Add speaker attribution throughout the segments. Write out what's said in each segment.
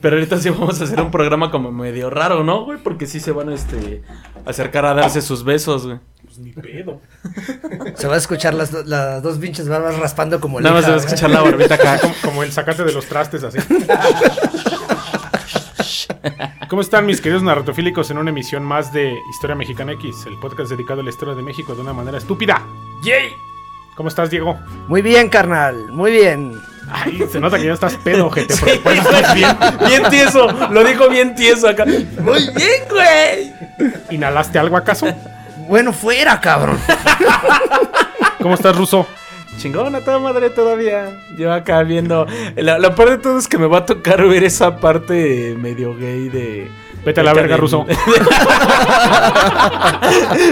Speaker 1: Pero ahorita sí vamos a hacer un programa como medio raro, ¿no, güey? Porque sí se van a este, acercar a darse sus besos, güey.
Speaker 2: Pues ni pedo.
Speaker 3: Se va a escuchar las, do- las dos pinches barbas raspando como
Speaker 1: Nada más se va
Speaker 3: lija,
Speaker 1: a
Speaker 3: ¿verdad?
Speaker 1: escuchar la barbita acá.
Speaker 2: Como, como el sacate de los trastes, así. ¿Cómo están mis queridos narratofílicos en una emisión más de Historia Mexicana X, el podcast dedicado a la historia de México de una manera estúpida? ¡Yay! ¿Cómo estás, Diego?
Speaker 3: ¿eh? Muy bien, carnal, muy bien.
Speaker 2: Ay, se nota que ya estás pedo, gente.
Speaker 1: Sí, güey, bien, bien tieso, lo dijo bien tieso acá.
Speaker 3: Muy bien, güey.
Speaker 2: ¿Inhalaste algo acaso?
Speaker 3: Bueno, fuera, cabrón.
Speaker 2: ¿Cómo estás, Ruso?
Speaker 1: Chingón a toda madre todavía. Yo acá viendo. La, la parte de todo es que me va a tocar ver esa parte medio gay de.
Speaker 2: Vete a la verga, Ruso.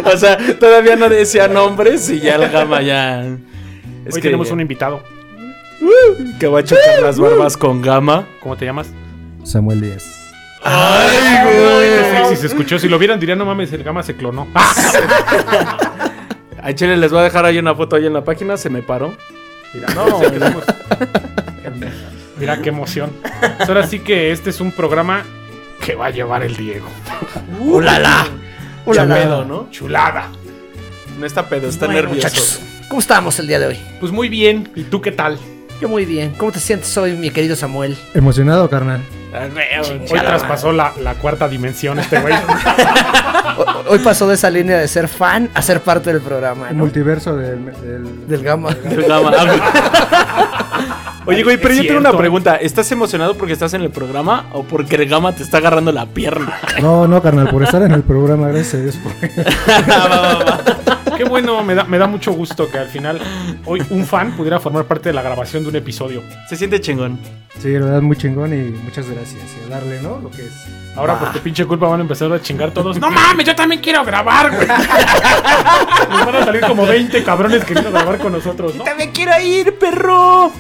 Speaker 1: o sea, todavía no decía nombres y ya el gama ya. Es
Speaker 2: Hoy tenemos un invitado.
Speaker 1: que va a chocar las barbas con gama.
Speaker 2: ¿Cómo te llamas?
Speaker 4: Samuel Díaz.
Speaker 1: ¡Ay,
Speaker 2: Si se escuchó, si lo vieran dirían, no mames, el gama se clonó.
Speaker 1: A Chile les voy a dejar ahí una foto ahí en la página, se me paró.
Speaker 2: Mira, no, tenemos- Mira qué emoción. Pues Ahora sí que este es un programa que va a llevar el Diego.
Speaker 3: Uh. ¡Ulala!
Speaker 1: Ya
Speaker 3: ¡Ulala!
Speaker 1: pedo, ¿no?
Speaker 2: Chulada.
Speaker 1: No está pedo, está
Speaker 3: Bueno,
Speaker 1: nervioso.
Speaker 3: muchachos, ¿cómo estamos el día de hoy?
Speaker 2: Pues muy bien. ¿Y tú qué tal?
Speaker 3: Yo muy bien. ¿Cómo te sientes hoy, mi querido Samuel?
Speaker 4: ¿Emocionado, carnal?
Speaker 1: Ah, güey,
Speaker 2: Hoy
Speaker 1: chingada
Speaker 2: traspasó Eh, la, la cuarta dimensión este güey.
Speaker 3: Ho- Hoy pasó de esa línea de ser fan a ser parte del
Speaker 1: Ah,
Speaker 3: programa,
Speaker 4: El
Speaker 3: ¿no?
Speaker 4: multiverso del... del-
Speaker 3: Del gama.
Speaker 1: madre. Gama, Ah, Oye, güey, pero
Speaker 2: Es
Speaker 1: yo tengo
Speaker 2: cierto.
Speaker 1: una pregunta. ¿Estás emocionado porque estás en el programa o porque el gama te está agarrando la pierna?
Speaker 4: No, no, carnal, por estar en el programa, gracias a Dios. por-
Speaker 1: Va, va, va.
Speaker 2: Qué bueno, me da, me da mucho gusto que al final hoy un fan pudiera formar parte de la grabación de un episodio.
Speaker 1: Se siente chingón.
Speaker 4: Sí, la verdad, muy chingón y muchas gracias. Y a darle, ¿no? Lo que es.
Speaker 2: Ahora por tu pinche culpa van a empezar a chingar todos. Ah. No mames, yo también quiero grabar, güey. Nos van a salir como 20 cabrones queriendo grabar con nosotros, ¿no?
Speaker 3: ¡También quiero ir, perro!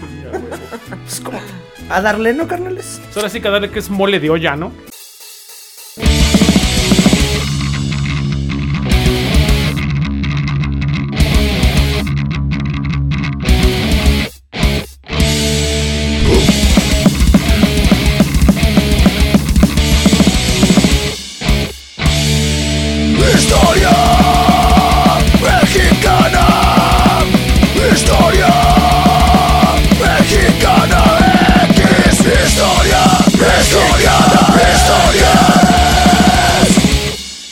Speaker 3: Pues, ¿cómo? A darle, ¿no, carnales?
Speaker 2: Pues Ahora sí que a darle que es mole de olla, ¿no?
Speaker 5: Historia mexicana. Historia mexicana. X. Historia mexicana. Historia.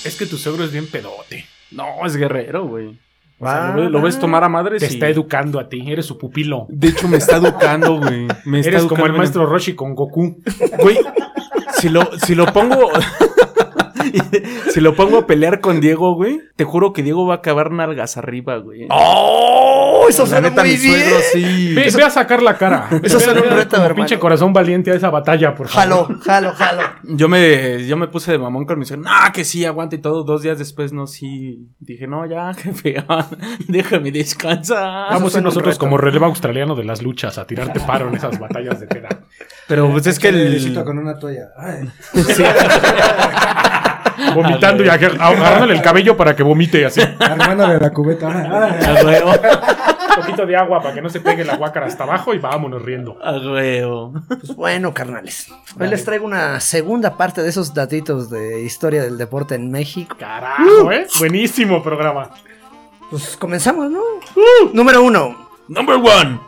Speaker 2: Es que tu suegro es bien pedote.
Speaker 1: No, es guerrero, güey. O
Speaker 3: Ah.
Speaker 1: sea, lo, ve- lo ves tomar a madres
Speaker 2: Te
Speaker 1: y-
Speaker 2: está educando a ti, eres su pupilo.
Speaker 1: De hecho, me está educando, güey. Me está
Speaker 2: Eres
Speaker 1: educando,
Speaker 2: como el
Speaker 1: güey.
Speaker 2: maestro Roshi con Goku.
Speaker 1: Güey, si lo, si lo pongo. si lo pongo a pelear con Diego, güey, te juro que Diego va a acabar nalgas arriba, güey.
Speaker 3: ¡Oh! Eso
Speaker 1: La
Speaker 3: suena
Speaker 1: neta,
Speaker 3: muy
Speaker 1: mi
Speaker 3: bien.
Speaker 1: suegro sí.
Speaker 2: Ve, ve a sacar la cara.
Speaker 3: Eso
Speaker 2: Ve a
Speaker 3: será un
Speaker 2: dar
Speaker 3: reto,
Speaker 2: como
Speaker 3: hermano.
Speaker 2: pinche corazón valiente a esa batalla, por favor.
Speaker 3: Jalo, jalo, jalo.
Speaker 1: Yo me, yo me puse de mamón con mi suegro. No, que sí, aguante y todo. Dos días después, no, sí. Dije, no, ya, jefe, déjame descansar.
Speaker 2: Vamos a ir
Speaker 3: suena un
Speaker 2: nosotros
Speaker 3: reto.
Speaker 2: como relevo australiano de las luchas a tirarte paro en esas batallas de peda.
Speaker 1: Pero pues es que
Speaker 4: Le
Speaker 1: el.
Speaker 4: besito con una toalla. Ay,
Speaker 2: Vomitando y agar- agarrándole el cabello para que vomite así.
Speaker 4: armándole la cubeta. Ay, ay.
Speaker 1: A huevo.
Speaker 2: Un poquito de agua para que no se pegue la guácara hasta abajo y vámonos riendo.
Speaker 1: A huevo.
Speaker 3: Pues bueno, carnales. Hoy les traigo una segunda parte de esos datitos de historia del deporte en México. Uh.
Speaker 2: Carajo, ¿eh? Buenísimo programa.
Speaker 3: Pues comenzamos, ¿no?
Speaker 2: ¡Uh!
Speaker 3: Número uno.
Speaker 1: Number one.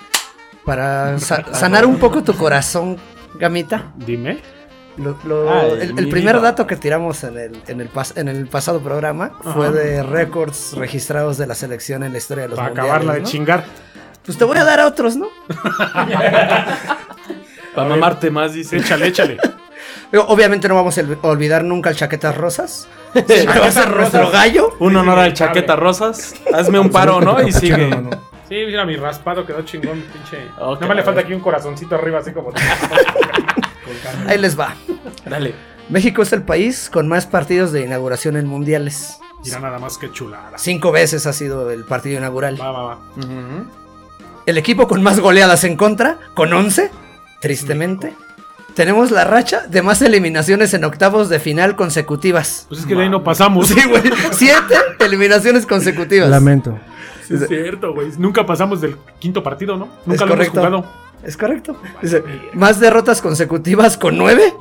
Speaker 3: Para sa- sanar un poco tu corazón, gamita.
Speaker 2: Dime.
Speaker 3: Lo- lo-
Speaker 1: Ay,
Speaker 3: el,
Speaker 1: mi
Speaker 3: el primer
Speaker 1: vida.
Speaker 3: dato que tiramos en el, en el, pas- en el pasado programa fue de récords registrados de la selección en la historia de los
Speaker 2: Para
Speaker 3: mundiales,
Speaker 2: acabarla de
Speaker 3: ¿no?
Speaker 2: chingar.
Speaker 3: Pues te voy a dar a otros, ¿no?
Speaker 1: Para mamarte más, dice.
Speaker 2: Échale, échale.
Speaker 3: Digo, Obviamente no vamos a ol- olvidar nunca el Chaquetas Rosas. Va a ser nuestro gallo.
Speaker 1: Un honor al chaqueta rosas. Hazme un paro, ¿no? Y sigue.
Speaker 4: No, no, no.
Speaker 2: Sí, mira, mi raspado quedó chingón, pinche.
Speaker 1: Ok.
Speaker 2: Nada más le falta aquí un corazoncito arriba, así como.
Speaker 3: Ahí les va.
Speaker 1: Dale.
Speaker 3: México es el país con más partidos de inauguración en mundiales.
Speaker 2: Mira, nada más que chulada.
Speaker 3: Cinco veces ha sido el partido inaugural.
Speaker 2: Va, va, va.
Speaker 3: El equipo con más goleadas en contra, con 11, tristemente. Tenemos la racha de más eliminaciones en octavos de final consecutivas.
Speaker 2: Pues es que de ahí no pasamos.
Speaker 3: Sí, güey. Siete eliminaciones consecutivas.
Speaker 4: Lamento.
Speaker 2: Sí, es cierto, güey. Nunca pasamos del quinto partido, ¿no? Nunca lo
Speaker 3: Es correcto.
Speaker 2: hemos jugado.
Speaker 3: Es correcto. Dice, más derrotas consecutivas con nueve,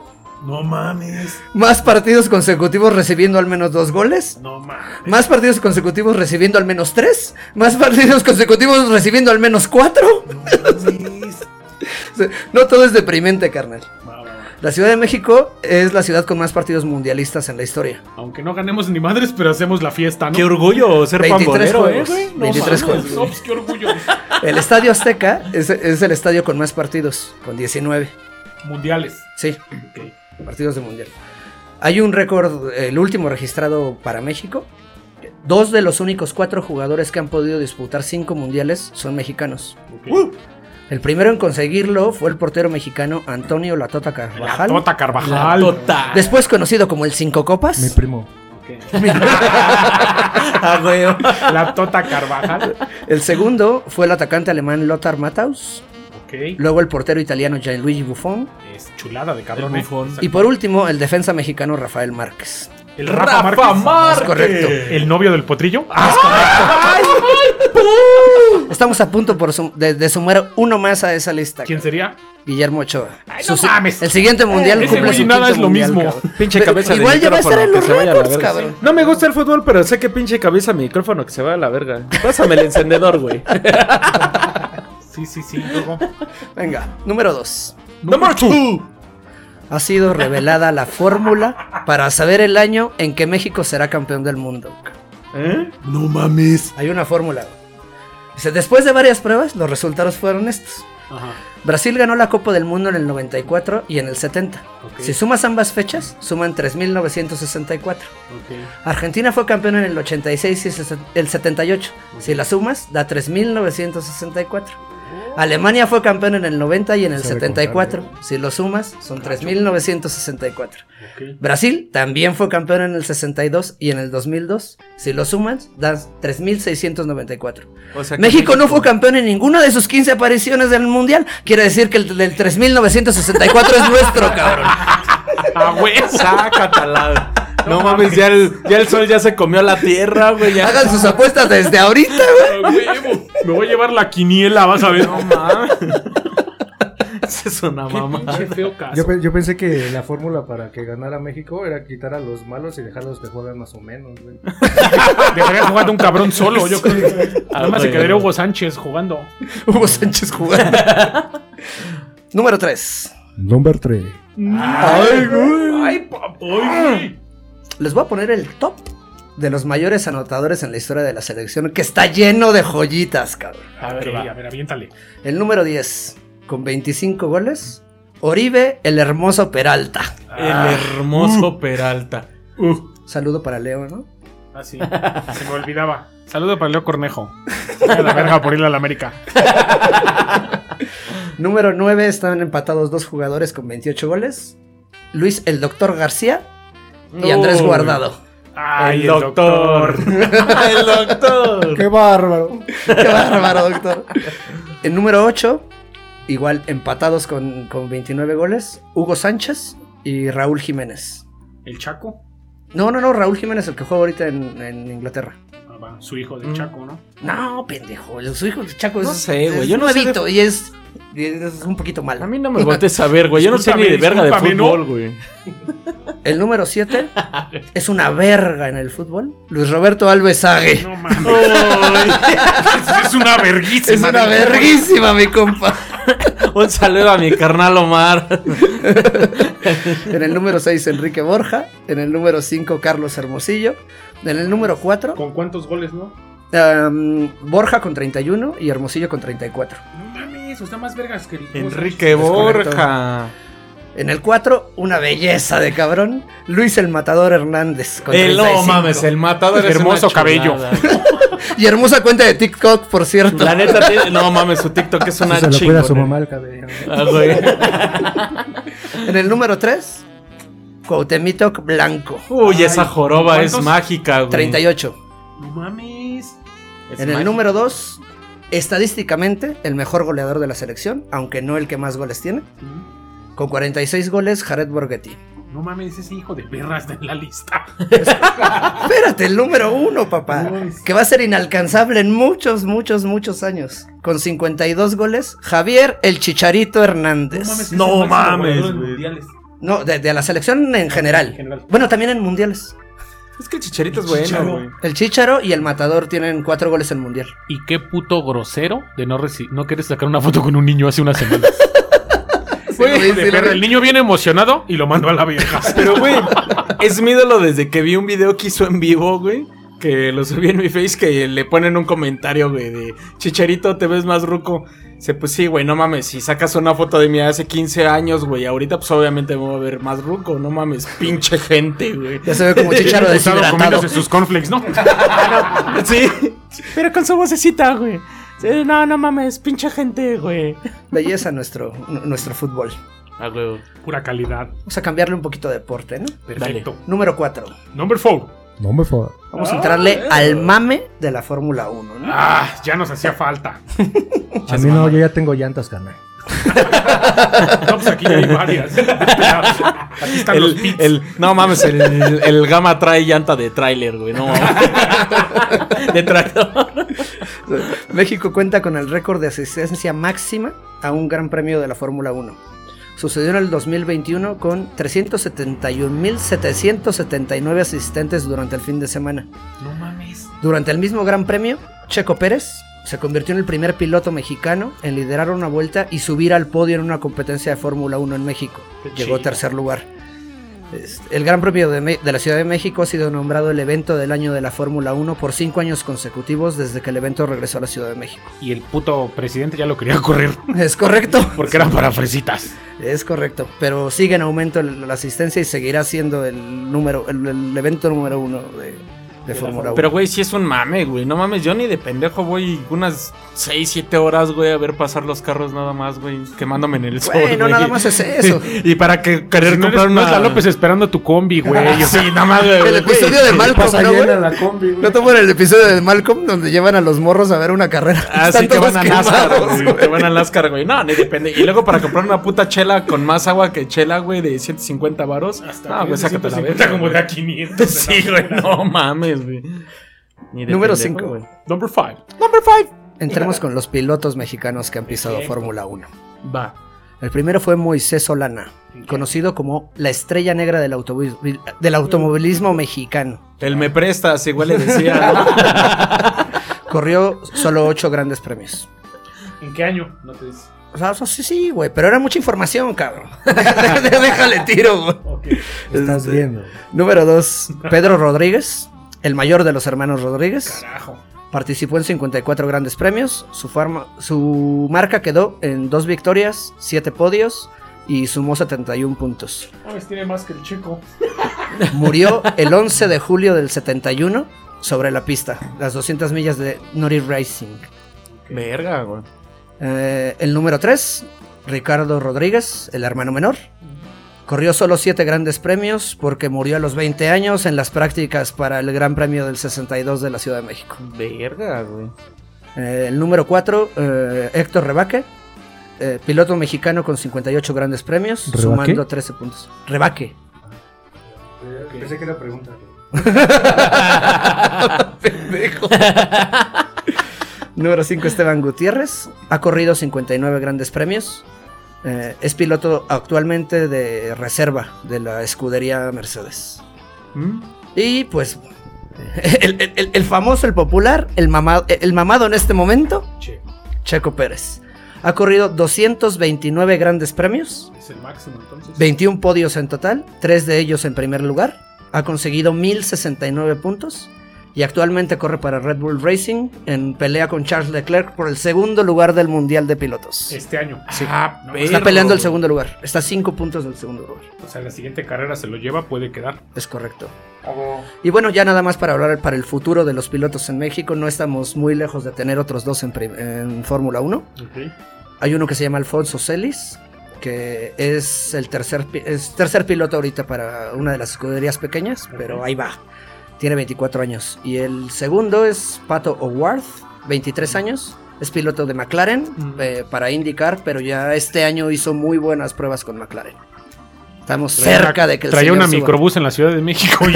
Speaker 2: No mames.
Speaker 3: más partidos consecutivos recibiendo al menos dos goles,
Speaker 2: No mames.
Speaker 3: más partidos consecutivos recibiendo al menos tres, más partidos consecutivos recibiendo al menos cuatro.
Speaker 2: No mames.
Speaker 3: Dice, No todo es deprimente, carnal.
Speaker 2: Va, va, va.
Speaker 3: La Ciudad de México es la ciudad con más partidos mundialistas en la historia.
Speaker 2: Aunque no ganemos ni madres, pero hacemos la fiesta, ¿no?
Speaker 1: Qué orgullo ser
Speaker 3: 23
Speaker 1: pambolero, eh,
Speaker 3: juegos.
Speaker 1: güey.
Speaker 2: No
Speaker 3: 23
Speaker 2: mames,
Speaker 3: juegos.
Speaker 2: no, pues, qué orgullo.
Speaker 3: El Estadio Azteca es, es el estadio con más partidos, con 19.
Speaker 2: Mundiales.
Speaker 3: Sí, partidos de mundial. Hay un récord, el último registrado para México. Dos de los únicos cuatro jugadores que han podido disputar cinco mundiales son mexicanos.
Speaker 2: Ok.
Speaker 3: El primero en conseguirlo fue el portero mexicano Antonio Latota Carvajal,
Speaker 2: Tota Carvajal.
Speaker 1: Tota.
Speaker 3: después conocido como el Cinco
Speaker 4: Mi
Speaker 3: Copas.
Speaker 4: primo.
Speaker 1: Ah, güey.
Speaker 2: La Tota Carvajal.
Speaker 3: oh. El segundo fue el atacante alemán Lothar Matthaus,
Speaker 2: Ok.
Speaker 3: luego el portero italiano Gianluigi Buffon
Speaker 2: Es chulada de cabrón.
Speaker 1: El
Speaker 2: eh.
Speaker 1: bufón.
Speaker 3: y por último el defensa mexicano Rafael Márquez.
Speaker 2: El Rafa,
Speaker 1: Rafa
Speaker 2: Márquez.
Speaker 1: Márquez.
Speaker 3: correcto.
Speaker 2: Eh, El novio del potrillo. Ah,
Speaker 3: Estamos a punto por sum- de, de sumar uno más a esa lista.
Speaker 2: ¿Quién sería?
Speaker 3: Guillermo Ochoa.
Speaker 2: no
Speaker 3: Su-
Speaker 2: mames.
Speaker 3: El siguiente mundial
Speaker 2: Ese
Speaker 3: cumple
Speaker 2: güey
Speaker 3: su
Speaker 2: nada
Speaker 3: quinto
Speaker 2: es lo
Speaker 3: mundial,
Speaker 2: mismo.
Speaker 3: cabrón.
Speaker 1: Pinche
Speaker 3: Pero
Speaker 1: cabeza de
Speaker 3: Igual ya va a estar
Speaker 1: micrófono,
Speaker 3: en
Speaker 1: que
Speaker 3: los
Speaker 1: se vaya a la
Speaker 3: récords,
Speaker 1: verga,
Speaker 3: cabrón.
Speaker 1: No me gusta el fútbol, pero sé que pinche cabeza de micrófono que se va a la verga. Pásame el encendedor, güey.
Speaker 2: Sí, sí, sí. luego.
Speaker 3: Venga, número 2.
Speaker 1: Number two.
Speaker 3: Ha sido revelada la fórmula para saber el año en que México será campeón del mundo.
Speaker 1: ¿Eh?
Speaker 3: Hay una fórmula. güey. Dice, después de varias pruebas, los resultados fueron estos.
Speaker 2: Ajá.
Speaker 3: Brasil ganó la Copa del Mundo en el 94 y en el 70.
Speaker 2: Ok.
Speaker 3: Si sumas ambas fechas, suman 3.964.
Speaker 2: Ok.
Speaker 3: Argentina fue campeón en el 86 y sesen- el 78. Si las sumas, da 3.964. Alemania fue campeón en el 90 y en el
Speaker 4: Sabe
Speaker 3: 74.
Speaker 1: ¿eh?
Speaker 3: Si lo sumas,
Speaker 1: Ah,
Speaker 3: son 3.964.
Speaker 2: Ok.
Speaker 3: Brasil también fue campeón en el 62 y en el 2002. Si lo sumas, das 3.694.
Speaker 1: O sea que
Speaker 3: México no fue campeón en ninguna de sus 15 apariciones del Mundial. Quiere decir que el del 3.964 es nuestro, cabrón.
Speaker 2: Ah, güey.
Speaker 1: Sácatala. No mames, ya el, ya el sol ya se comió la tierra, güey. Ya.
Speaker 3: Hagan sus apuestas desde ahorita, güey.
Speaker 2: Ah, huevo. Me voy a llevar la quiniela, vas a ver.
Speaker 1: No mames. Esa es una
Speaker 2: Qué
Speaker 1: mamá.
Speaker 2: pinche feo caso.
Speaker 4: Yo, pe- yo pensé que la fórmula para que ganara México era quitar a los malos y dejar a los que juegan más o menos, güey.
Speaker 2: Dejaría jugando un cabrón solo, yo creo. Nada más se
Speaker 1: güey.
Speaker 2: quedaría Hugo Sánchez jugando.
Speaker 3: Hugo Sánchez jugando. Número 3.
Speaker 4: Number 3.
Speaker 2: Ay, güey. Ay, güey.
Speaker 3: Les voy a poner el top de los mayores anotadores en la historia de la selección, que está lleno de joyitas, cabrón.
Speaker 2: A ver, va. a ver, aviéntale.
Speaker 3: El número 10, con 25 goles, Oribe el hermoso Peralta. Ah.
Speaker 1: El
Speaker 3: Mm.
Speaker 1: hermoso Peralta.
Speaker 3: Saludo para Leo, ¿no?
Speaker 2: Ah, sí. Se me olvidaba. Saludo para Leo Cornejo. A la verga por ir a la América.
Speaker 3: Número 9, están empatados dos jugadores con 28 goles, Luis el Doctor García y Andrés
Speaker 1: Uy.
Speaker 3: Guardado.
Speaker 2: Ay,
Speaker 1: el doctor. el doctor.
Speaker 4: ¡Qué bárbaro!
Speaker 3: Qué bárbaro, doctor. El número 8, igual empatados con, con 29 goles, Hugo Sánchez y Raúl Jiménez.
Speaker 2: El Chaco.
Speaker 3: No, no, no, Raúl Jiménez, el que juega ahorita en, en Inglaterra.
Speaker 2: Ah, va, Su hijo del Chaco, ¿no?
Speaker 3: No, pendejo, el- su hijo de Chaco es.
Speaker 1: No sé, güey,
Speaker 3: es
Speaker 1: yo no sé de- Ah,
Speaker 3: nuevito y es, y es un poquito malo.
Speaker 1: A mí no me voltees a ver, güey. Yo no sé ni de verga de
Speaker 2: Discúlpame, discúlpame,
Speaker 1: fútbol, güey.
Speaker 3: El número 7 es una verga en el fútbol. Luis Roberto Alves Sague.
Speaker 2: No mames. es una verguísima.
Speaker 3: es una
Speaker 2: de-
Speaker 3: verguísima, mi compa.
Speaker 1: Un saludo a mi carnal Omar.
Speaker 3: En el número 6, Enrique Borja. En el número 5, Carlos Hermosillo. En el número 4,
Speaker 2: ¿Con cuántos goles, no?
Speaker 3: Borja con 31 y Hermosillo con 34.
Speaker 2: No mames, está más vergas que el
Speaker 1: Enrique
Speaker 3: Desconectó.
Speaker 1: Borja.
Speaker 3: En el 4, una belleza de cabrón. Luis el Matador Hernández. Con
Speaker 1: El Eh, no
Speaker 3: 35.
Speaker 1: mames, el matador es
Speaker 2: Hermoso
Speaker 1: una chulada.
Speaker 3: Y hermosa cuenta de TikTok, por cierto.
Speaker 1: La neta, tiene- no mames, su TikTok es una
Speaker 4: Se lo cuida
Speaker 1: chingona.
Speaker 4: a su mamá el cabello.
Speaker 1: Ah, güey.
Speaker 3: En el número 3, Cuauhtémoc Blanco,
Speaker 1: Uy,
Speaker 2: Ay,
Speaker 1: esa joroba es
Speaker 2: ¿cuántos?
Speaker 1: mágica, güey.
Speaker 3: 38.
Speaker 2: No mames.
Speaker 1: Mm, Es
Speaker 3: en el
Speaker 1: mágica.
Speaker 3: número 2, estadísticamente, el mejor goleador de la selección, aunque no el que más goles tiene. Con 46 goles, Jared Borghetti.
Speaker 2: no mames, ese hijo de perra está en la lista.
Speaker 3: Espérate, el número uno, papá. Que va a ser inalcanzable en muchos, muchos, muchos años. Con 52 goles, Javier el Chicharito Hernández.
Speaker 2: es el máximo
Speaker 1: mames,
Speaker 2: goleador en
Speaker 1: güey.
Speaker 2: mundiales.
Speaker 3: No, de, de la selección en
Speaker 2: En
Speaker 3: general.
Speaker 2: general.
Speaker 3: Bueno, también en mundiales.
Speaker 1: Es que el chicharito es bueno, güey.
Speaker 3: El Chicharo y el Matador tienen cuatro goles en mundial.
Speaker 6: Y qué puto grosero de no reci- no querer sacar una foto con un niño hace unas semanas.
Speaker 2: Güey,
Speaker 3: Sí,
Speaker 2: de
Speaker 3: sí,
Speaker 2: perra,
Speaker 3: lo-
Speaker 2: el niño viene emocionado y lo mandó a la vieja.
Speaker 1: Pero, güey, es mi ídolo desde que vi un video que hizo en vivo, güey. Que lo subí en mi face, que le ponen un comentario, güey, de Chicharito, te ves más ruco. Se pues sí, güey, no mames, si sacas una foto de mí hace 15 años, güey, ahorita pues obviamente me voy a ver más ruco, no mames, pinche gente, güey.
Speaker 3: Ya se ve como Chicharo
Speaker 2: Estaba
Speaker 3: deshidratado.
Speaker 2: comiéndose sus cornflakes, ¿no?
Speaker 1: Sí, pero con su vocecita, güey. Sí, no, no mames, pinche gente, güey.
Speaker 3: Belleza nuestro, n- nuestro fútbol.
Speaker 1: Ah, güey.
Speaker 2: Pura calidad.
Speaker 3: Vamos a cambiarle un poquito de deporte, ¿no?
Speaker 2: Perfecto.
Speaker 3: Número 4.
Speaker 2: Number four.
Speaker 4: No me fue.
Speaker 3: Vamos a entrarle al mame de la Fórmula 1, ¿no?
Speaker 2: Ah, ya nos hacía falta.
Speaker 4: A mí no, yo ya tengo llantas, carnal.
Speaker 2: No, pues aquí ya hay varias. Aquí están los
Speaker 1: El,
Speaker 2: pits.
Speaker 1: el- no mames, el, el Gama trae llanta de tráiler, güey, no mames. De tractor.
Speaker 3: México cuenta con el récord de asistencia máxima a un gran premio de la Fórmula 1. Sucedió en el 2021 con 371.779 asistentes durante el fin de semana.
Speaker 2: No mames.
Speaker 3: Durante el mismo gran premio, Checo Pérez se convirtió en el primer piloto mexicano en liderar una vuelta y subir al podio en una competencia de Fórmula 1 en México. Llegó a tercer lugar. Este, El Gran Premio de, Me- de la Ciudad de México ha sido nombrado el evento del año de la Fórmula 1 por cinco años consecutivos desde que el evento regresó a la Ciudad de México.
Speaker 2: Y el puto presidente ya lo quería correr
Speaker 3: Es correcto,
Speaker 2: porque eran para fresitas.
Speaker 3: es correcto. Pero sigue en aumento el- la asistencia y seguirá siendo el número, el, el evento número uno de, de Fórmula 1.
Speaker 1: Pero, güey, sí es un mame, güey. No mames, yo ni de pendejo voy unas 6, 7 horas, güey, a ver pasar los carros nada más, güey, quemándome en el sol.
Speaker 3: Bueno,
Speaker 1: güey.
Speaker 3: nada más es eso.
Speaker 1: y para que querer
Speaker 2: Si no eres-
Speaker 1: comprar
Speaker 2: no
Speaker 1: una.
Speaker 2: es la López esperando tu combi, güey.
Speaker 1: güey. Sí, nada más,
Speaker 3: el
Speaker 1: güey.
Speaker 3: episodio de Malcolm,
Speaker 4: Pasa
Speaker 3: ¿no, güey?
Speaker 4: llena la combi, güey.
Speaker 3: ¿No toman el episodio de Malcolm donde llevan a los morros a ver una carrera?
Speaker 1: Ah,
Speaker 3: Están
Speaker 1: sí, te van
Speaker 3: todos
Speaker 1: a NASCAR,
Speaker 3: quemados,
Speaker 1: güey. Te van a NASCAR, güey. No, ni depende. Y luego para comprar una puta chela con más agua que chela, güey, de 150 varos. Ah, güey, sácate la verga,
Speaker 2: como de a 500.
Speaker 1: Sí, güey, no mames, güey. Ni de
Speaker 3: Número
Speaker 1: pendejo,
Speaker 3: 5.
Speaker 1: güey.
Speaker 2: Number five.
Speaker 3: Entremos con los pilotos mexicanos que han pisado Fórmula 1.
Speaker 1: Va.
Speaker 3: El primero fue Moisés Solana, conocido como la estrella negra del, automovi- del automovilismo mexicano.
Speaker 1: El me prestas, igual le decía. ¿no?
Speaker 3: Corrió solo ocho grandes premios.
Speaker 2: ¿En qué año? No te dice.
Speaker 3: O sea, sí, sí, güey, pero era mucha información, cabrón. Déjale tiro, güey.
Speaker 1: Este,
Speaker 4: Estás viendo.
Speaker 3: Número 2, Pedro Rodríguez, el mayor de los hermanos Rodríguez.
Speaker 2: Carajo.
Speaker 3: Participó en 54 grandes premios. Su, farma- su marca quedó en dos victorias, siete podios y sumó 71 puntos.
Speaker 2: Mames, tiene más que el chico.
Speaker 3: Murió el 11 de julio del 71 sobre la pista, las 200 millas de Nori Racing.
Speaker 1: Verga, güey.
Speaker 3: Eh, el número 3, Ricardo Rodríguez, el hermano menor. Corrió solo 7 grandes premios porque murió a los 20 años en las prácticas para el Gran Premio del 62 de la Ciudad de México.
Speaker 1: Verga, güey.
Speaker 3: Eh, el número 4, Héctor Rebaque, eh, piloto mexicano con 58 grandes premios,
Speaker 4: ¿Rebaque?
Speaker 3: sumando 13 puntos. Rebaque.
Speaker 1: eh,
Speaker 4: Pensé que era pregunta. güey.
Speaker 3: Número 5, Esteban Gutiérrez. Ha corrido 59 grandes premios. Eh, es piloto actualmente de reserva de la escudería Mercedes.
Speaker 2: ¿Mm?
Speaker 3: Y pues, el, el- el- el famoso, el popular, el, mamado, el mamado en este momento, Checo Pérez. Ha corrido 229 grandes premios.
Speaker 2: Es el máximo entonces.
Speaker 3: 21 podios en total, 3 de ellos en primer lugar. Ha conseguido 1069 puntos y actualmente corre para Red Bull Racing en pelea con Charles Leclerc por el segundo lugar del Mundial de Pilotos.
Speaker 2: Este año. no,
Speaker 3: Está peleando el segundo lugar, está 5 puntos del segundo lugar.
Speaker 2: O sea, la siguiente carrera se lo lleva, puede quedar.
Speaker 3: Es correcto. Y bueno, ya nada más para hablar para el futuro de los pilotos en México, no estamos muy lejos de tener otros dos en, prim- en Fórmula 1. Hay uno que se llama Alfonso Celis, que es el tercer, pi- es tercer piloto ahorita para una de las escuderías pequeñas, pero ahí va. Tiene 24 años. Y el segundo es Pato O'Worth, 23 años. Es piloto de McLaren eh, para indicar, pero ya este año hizo muy buenas pruebas con McLaren. Estamos
Speaker 2: Traía una-
Speaker 3: cerca de que el
Speaker 2: Traía
Speaker 3: señor
Speaker 2: una
Speaker 3: suba.
Speaker 2: microbús en la Ciudad de México. y-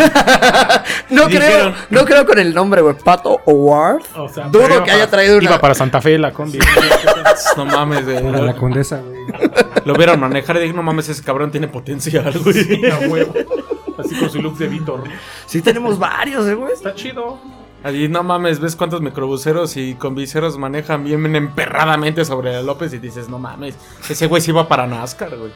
Speaker 3: No
Speaker 1: Y
Speaker 3: creo,
Speaker 1: dijeron-
Speaker 3: no creo con el nombre, güey. Pato O'Ward.
Speaker 2: o sea,
Speaker 3: Dudo
Speaker 2: iba
Speaker 3: que haya
Speaker 2: para-
Speaker 3: traído una-
Speaker 2: Iba para Santa Fe la combi.
Speaker 1: No mames, güey.
Speaker 4: Para la condesa, güey.
Speaker 1: Lo vieron manejar y dije, no mames, ese cabrón tiene potencial, güey.
Speaker 2: A huevo. Así con su look de Víctor.
Speaker 3: Sí tenemos varios, eh, güey.
Speaker 2: Está chido.
Speaker 1: Allí, no mames, ves cuántos microbuseros y conviseros manejan bien emperradamente sobre la López y dices, no mames, ese güey sí va para NASCAR, güey.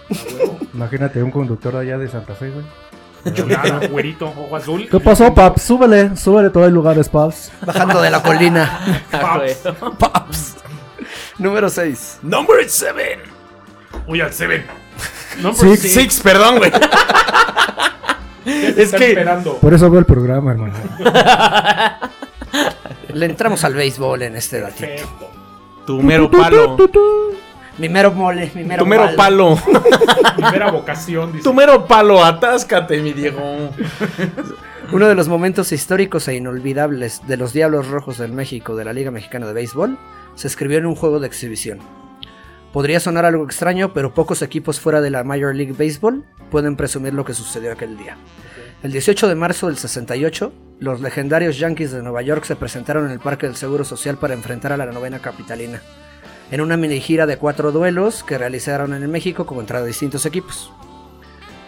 Speaker 4: Imagínate un conductor de allá de Santa Fe, güey.
Speaker 2: Chulada, güerito, ojo azul.
Speaker 7: ¿Qué pasó, Paps? Súbele, súbele, todo hay lugares, Paps.
Speaker 3: Bajando de la colina.
Speaker 1: Ah, güey.
Speaker 3: Paps. Número 6.
Speaker 1: Number 7.
Speaker 2: Uy, al Seven. pues Number
Speaker 7: Six.
Speaker 2: six.
Speaker 1: pues, Six, perdón, güey.
Speaker 2: Es
Speaker 1: que-
Speaker 2: Esperando.
Speaker 4: Por eso veo el programa, hermano.
Speaker 3: Le entramos al béisbol en este datito.
Speaker 2: Perfecto.
Speaker 1: Tu mero palo.
Speaker 3: Mi mero mole, mi mero
Speaker 1: Tu mero
Speaker 3: palo.
Speaker 1: palo.
Speaker 2: Primera vocación, dice.
Speaker 1: Tu mero palo, atáscate, mi Diego.
Speaker 3: Uno de los momentos históricos e inolvidables de los Diablos Rojos del México de la Liga Mexicana de Béisbol se escribió en un juego de exhibición. Podría sonar algo extraño, pero pocos equipos fuera de la Major League Baseball pueden presumir lo que sucedió aquel día. El 18 de marzo del 68, los legendarios Yankees de Nueva York se presentaron en el Parque del Seguro Social para enfrentar a la novena capitalina, en una mini gira de cuatro duelos que realizaron en México contra distintos equipos.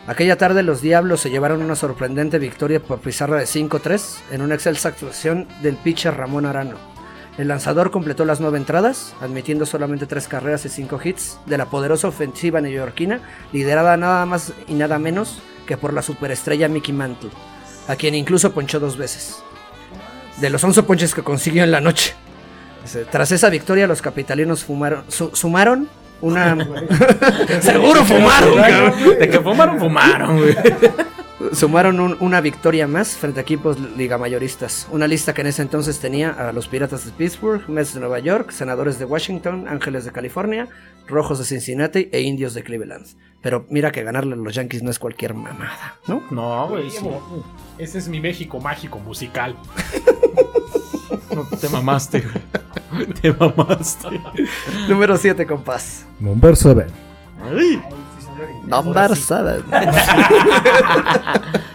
Speaker 3: Aquella tarde los Diablos se llevaron una sorprendente victoria por pizarra de 5-3 en una excelsa actuación del pitcher Ramón Arano. El lanzador completó las nueve entradas, admitiendo solamente tres carreras y cinco hits de la poderosa ofensiva neoyorquina, liderada nada más y nada menos que por la superestrella Mickey Mantle, a quien incluso ponchó dos veces. De los 11 ponches que consiguió en la noche. Dice, Tras esa victoria los capitalinos fumaron, su- sumaron una... Seguro fumaron. cabrón.
Speaker 1: De que fumaron, fumaron, güey.
Speaker 3: Sumaron un- una victoria más frente a equipos ligamayoristas. Una lista que en ese entonces tenía a los Piratas de Pittsburgh, Mets de Nueva York, Senadores de Washington, Ángeles de California, Rojos de Cincinnati e Indios de Cleveland. Pero mira que ganarle a los Yankees no es cualquier mamada, ¿no?
Speaker 1: No, güey, sí.
Speaker 2: Ese es mi México mágico musical.
Speaker 1: No, te mamaste, güey. Te mamaste.
Speaker 3: Número 7, compás.
Speaker 7: Number 7.
Speaker 3: Number 7.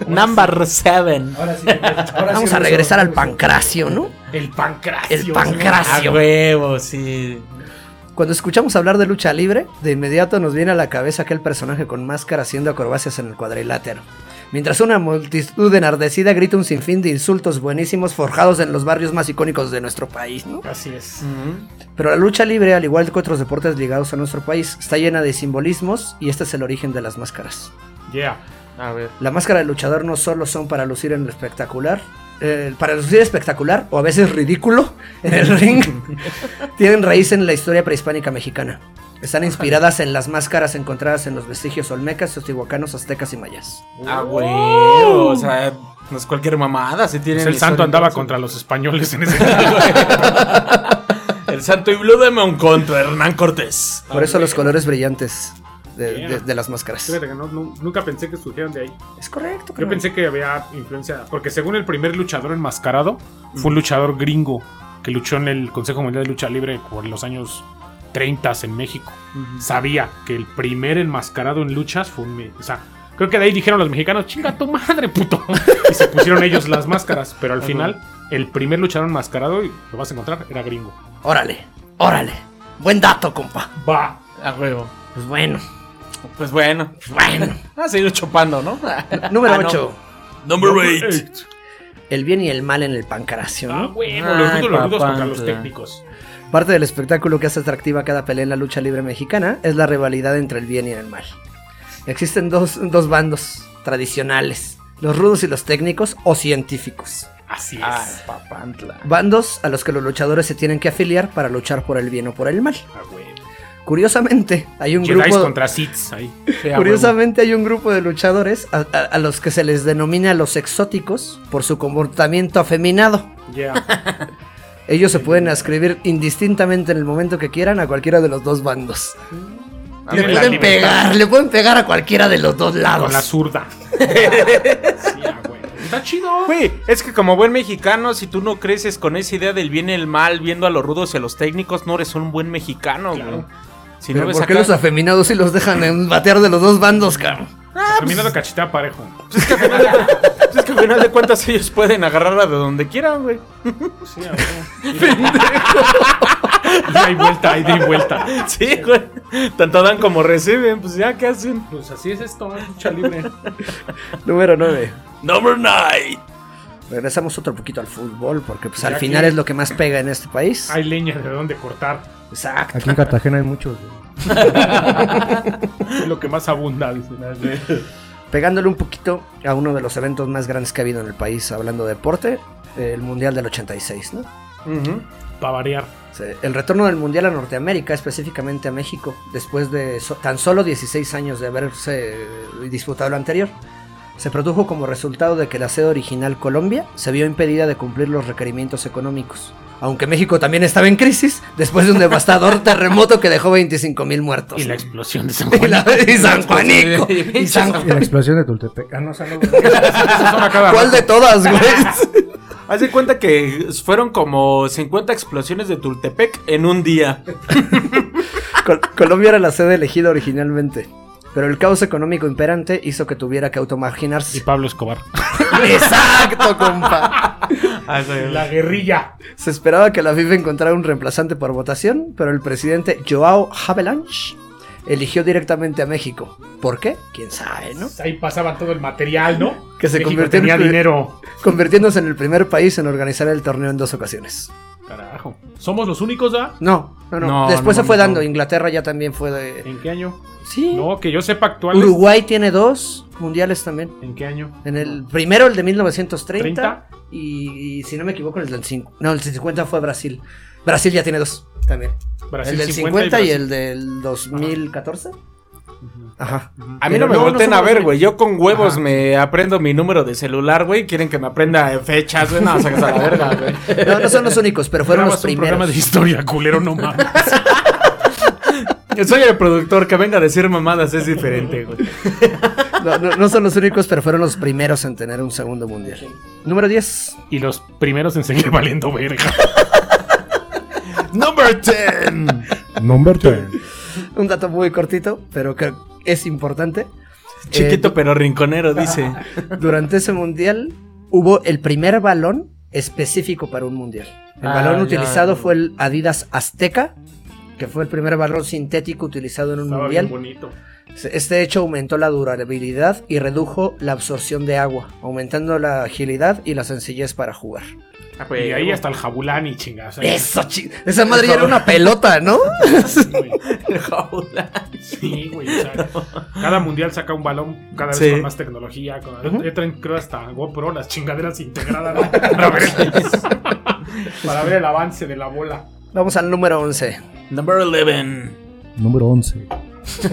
Speaker 1: Number 7.
Speaker 4: Ahora sí, ahora
Speaker 3: Vamos a regresar al pancracio, ¿no?
Speaker 2: El pancracio.
Speaker 3: El
Speaker 2: Ah,
Speaker 1: A
Speaker 3: pancracio.
Speaker 1: huevo, sí.
Speaker 3: Cuando escuchamos hablar de lucha libre, de inmediato nos viene a la cabeza aquel personaje con máscara haciendo acrobacias en el cuadrilátero. Mientras una multitud enardecida grita un sinfín de insultos buenísimos forjados en los barrios más icónicos de nuestro país, ¿no?
Speaker 2: Así es.
Speaker 3: Pero la lucha libre, al igual que otros deportes ligados a nuestro país, está llena de simbolismos y este es el origen de las máscaras.
Speaker 2: Yeah.
Speaker 1: A ver.
Speaker 3: La máscara del luchador no solo son para lucir en lo espectacular, eh, para lucir espectacular o a veces ridículo en el ring, tienen raíz en la historia prehispánica mexicana. Están inspiradas en las máscaras encontradas en los vestigios olmecas, teotihuacanos, aztecas y mayas.
Speaker 1: A huevo. O sea, no es cualquier mamada. Si tienen
Speaker 2: Uh. Pues el santo
Speaker 1: historia,
Speaker 2: andaba
Speaker 1: entonces.
Speaker 2: contra los españoles en ese tiempo.
Speaker 1: El santo y Blue Demon contra Hernán Cortés.
Speaker 3: Por eso los colores brillantes de,
Speaker 2: Mira.
Speaker 3: de- de las máscaras.
Speaker 2: Fíjate que no- nu- nunca pensé que surgieran de ahí.
Speaker 3: Es correcto.
Speaker 2: Yo
Speaker 3: carnal.
Speaker 2: pensé que había influencia. Porque según el primer luchador enmascarado, fue un luchador gringo que luchó en el Consejo Mundial de Lucha Libre por los años 30 en México. Sabía que el primer enmascarado en luchas fue un. me- O sea, creo que de ahí dijeron los mexicanos: ¡Chinga tu madre, puto! y se pusieron ellos las máscaras. Pero al final, el primer luchador enmascarado, y lo vas a encontrar, era gringo.
Speaker 3: Órale, órale. Buen dato, compa.
Speaker 2: ¡Va!
Speaker 1: A huevo.
Speaker 3: Pues bueno,
Speaker 1: Pues bueno.
Speaker 3: pues bueno.
Speaker 1: A seguir chupando, ¿no?
Speaker 3: Número
Speaker 1: Ah, no.
Speaker 3: 8.
Speaker 1: Number
Speaker 2: Eight.
Speaker 3: El bien y el mal en el pancracio. ¿no?
Speaker 2: Ah, bueno, los
Speaker 1: Ay,
Speaker 2: rudos, los rudos
Speaker 1: papá,
Speaker 2: contra los
Speaker 1: ya.
Speaker 2: técnicos.
Speaker 3: Parte del espectáculo que hace atractiva cada pelea en la lucha libre mexicana es la rivalidad entre el bien y el mal. Existen dos, dos bandos tradicionales, los rudos y los técnicos o científicos.
Speaker 2: Así es.
Speaker 1: Ah, papantla.
Speaker 3: Bandos a los que los luchadores se tienen que afiliar para luchar por el bien o por el mal.
Speaker 2: Ah, güey.
Speaker 3: Curiosamente, hay un
Speaker 2: Jedis
Speaker 3: grupo...
Speaker 2: contra Sith ahí.
Speaker 1: Sí, ah, a
Speaker 3: Curiosamente hay un grupo de luchadores a, a- a los que se les denomina los exóticos por su comportamiento afeminado.
Speaker 2: Yeah.
Speaker 3: Ellos se pueden ascribir indistintamente en el momento que quieran a cualquiera de los dos bandos.
Speaker 1: huevo.
Speaker 3: Le
Speaker 2: Tiene la
Speaker 3: pueden
Speaker 2: libertad.
Speaker 3: pegar, le pueden pegar a cualquiera de los dos lados.
Speaker 2: Con la zurda. sí, ah, güey. Está chido.
Speaker 1: Güey, es que como buen mexicano, si tú no creces con esa idea del bien y el mal, viendo a los rudos y a los técnicos, no eres un buen mexicano, güey. Si
Speaker 3: Pero
Speaker 1: no ves
Speaker 3: ¿Por qué
Speaker 1: acá- pues
Speaker 3: los afeminados si los dejan en batear de los dos bandos, cabrón?
Speaker 1: Ah,
Speaker 2: Terminado de cachetear parejo.
Speaker 1: Pues es, que al final de, pues es que al final de cuentas ellos pueden agarrarla de donde quieran, güey.
Speaker 2: Pues Sí, a Y hay vuelta, hay de vuelta.
Speaker 1: Sí, güey. Tanto dan como reciben, pues ya, ¿qué hacen?
Speaker 2: Pues así es esto, ¿eh? lucha libre.
Speaker 3: Número 9.
Speaker 1: Number night.
Speaker 3: Regresamos otro poquito al fútbol, porque pues al
Speaker 2: Ya
Speaker 3: final
Speaker 2: que-
Speaker 3: es lo que más pega en este país.
Speaker 2: Hay leña de dónde cortar.
Speaker 3: Exacto.
Speaker 7: Aquí en Cartagena hay muchos. güey.
Speaker 2: Es lo que más abunda, dicen.
Speaker 3: Pegándole un poquito a uno de los eventos más grandes que ha habido en el país, hablando de deporte, el Mundial del 86, ¿no?
Speaker 2: Para variar.
Speaker 3: Se- El retorno del Mundial a Norteamérica, específicamente a México, después de so- tan solo 16 años de haberse eh, disputado lo anterior, se produjo como resultado de que la sede original Colombia se vio impedida de cumplir los requerimientos económicos. Aunque México también estaba en crisis después de un devastador terremoto que dejó 25 mil muertos.
Speaker 6: Y la explosión de San
Speaker 3: Y
Speaker 6: Juan.
Speaker 3: la- y San Juanico. y San-
Speaker 7: Y la explosión de Tultepec. Ah, no, o sea, no.
Speaker 3: ¿Cuál de todas, güey?
Speaker 1: Haz de cuenta que fueron como 50 explosiones de Tultepec en un día.
Speaker 3: Col- Colombia era la sede elegida originalmente. Pero el caos económico imperante hizo que tuviera que automarginarse.
Speaker 6: Y Pablo Escobar.
Speaker 3: Exacto, compa.
Speaker 1: Ah,
Speaker 2: La guerrilla.
Speaker 3: Se esperaba que la FIFA encontrara un reemplazante por votación, pero el presidente Joao Havelange eligió directamente a México. ¿Por qué? Quién sabe, ¿no?
Speaker 2: Pues Ahí pasaba todo el material, ¿no?
Speaker 3: Que se
Speaker 2: México
Speaker 3: convirtió en-
Speaker 2: tenía dinero.
Speaker 3: Convirtiéndose en el primer país en organizar el torneo en dos ocasiones.
Speaker 2: Carajo. ¿Somos los únicos, ah?
Speaker 3: No, no, no.
Speaker 1: No,
Speaker 3: Después
Speaker 1: no,
Speaker 3: se fue
Speaker 1: no.
Speaker 3: dando. Inglaterra ya también fue de.
Speaker 2: ¿En qué año?
Speaker 3: Sí.
Speaker 2: No, que yo sepa actuales.
Speaker 3: Uruguay tiene dos mundiales también.
Speaker 2: ¿En qué año?
Speaker 3: En el primero, el de 1930.
Speaker 2: ¿Treinta?
Speaker 3: Y, y si no me equivoco, el del 50. No, el del 50 fue Brasil. Brasil ya tiene dos también.
Speaker 2: Brasil
Speaker 3: el del 50, y, el del 2014. Ajá.
Speaker 1: A mí no me
Speaker 3: Pero no,
Speaker 1: volteen
Speaker 3: no
Speaker 1: a
Speaker 3: somos
Speaker 1: ver, güey. Yo con huevos
Speaker 2: Ajá.
Speaker 1: me aprendo mi número de celular, güey. Quieren que me aprenda fechas, güey. No, sacas a la verga, güey.
Speaker 3: No, no son los únicos, pero fueron los
Speaker 2: Grabas un programa
Speaker 3: primeros.
Speaker 2: de historia, culero, no mames.
Speaker 1: Yo soy el productor. Que venga a decir mamadas es diferente, güey.
Speaker 3: No, no- no son los únicos, pero fueron los primeros en tener un segundo mundial. Número 10.
Speaker 6: Y los primeros en seguir valiendo verga.
Speaker 1: Number 10.
Speaker 7: Number 10.
Speaker 3: Un dato muy cortito, pero que es importante.
Speaker 1: Chiquito
Speaker 3: Eh,
Speaker 1: pero rinconero, dice.
Speaker 3: Durante ese mundial hubo el primer balón específico para un mundial. El
Speaker 1: Ah,
Speaker 3: balón
Speaker 1: ya,
Speaker 3: utilizado
Speaker 1: ya.
Speaker 3: fue el Adidas Azteca, que fue el primer balón sintético utilizado en un
Speaker 2: Estaba bien
Speaker 3: mundial.
Speaker 2: bonito.
Speaker 3: Este hecho aumentó la durabilidad y redujo la absorción de agua, aumentando la agilidad y la sencillez para jugar. Ah,
Speaker 2: Y ahí hasta el jabulani, chingados.
Speaker 3: Eso, chi- esa madre ya era una pelota, ¿no?
Speaker 2: Sí, güey. o sea, cada mundial saca un balón cada vez
Speaker 1: Sí.
Speaker 2: con más tecnología. Con, ya traen, creo, hasta GoPro, las chingaderas integradas ¿no? para, ver, para ver el avance de la bola.
Speaker 3: Vamos al número 11.
Speaker 1: Number 11.
Speaker 7: Número 11.
Speaker 2: Sí,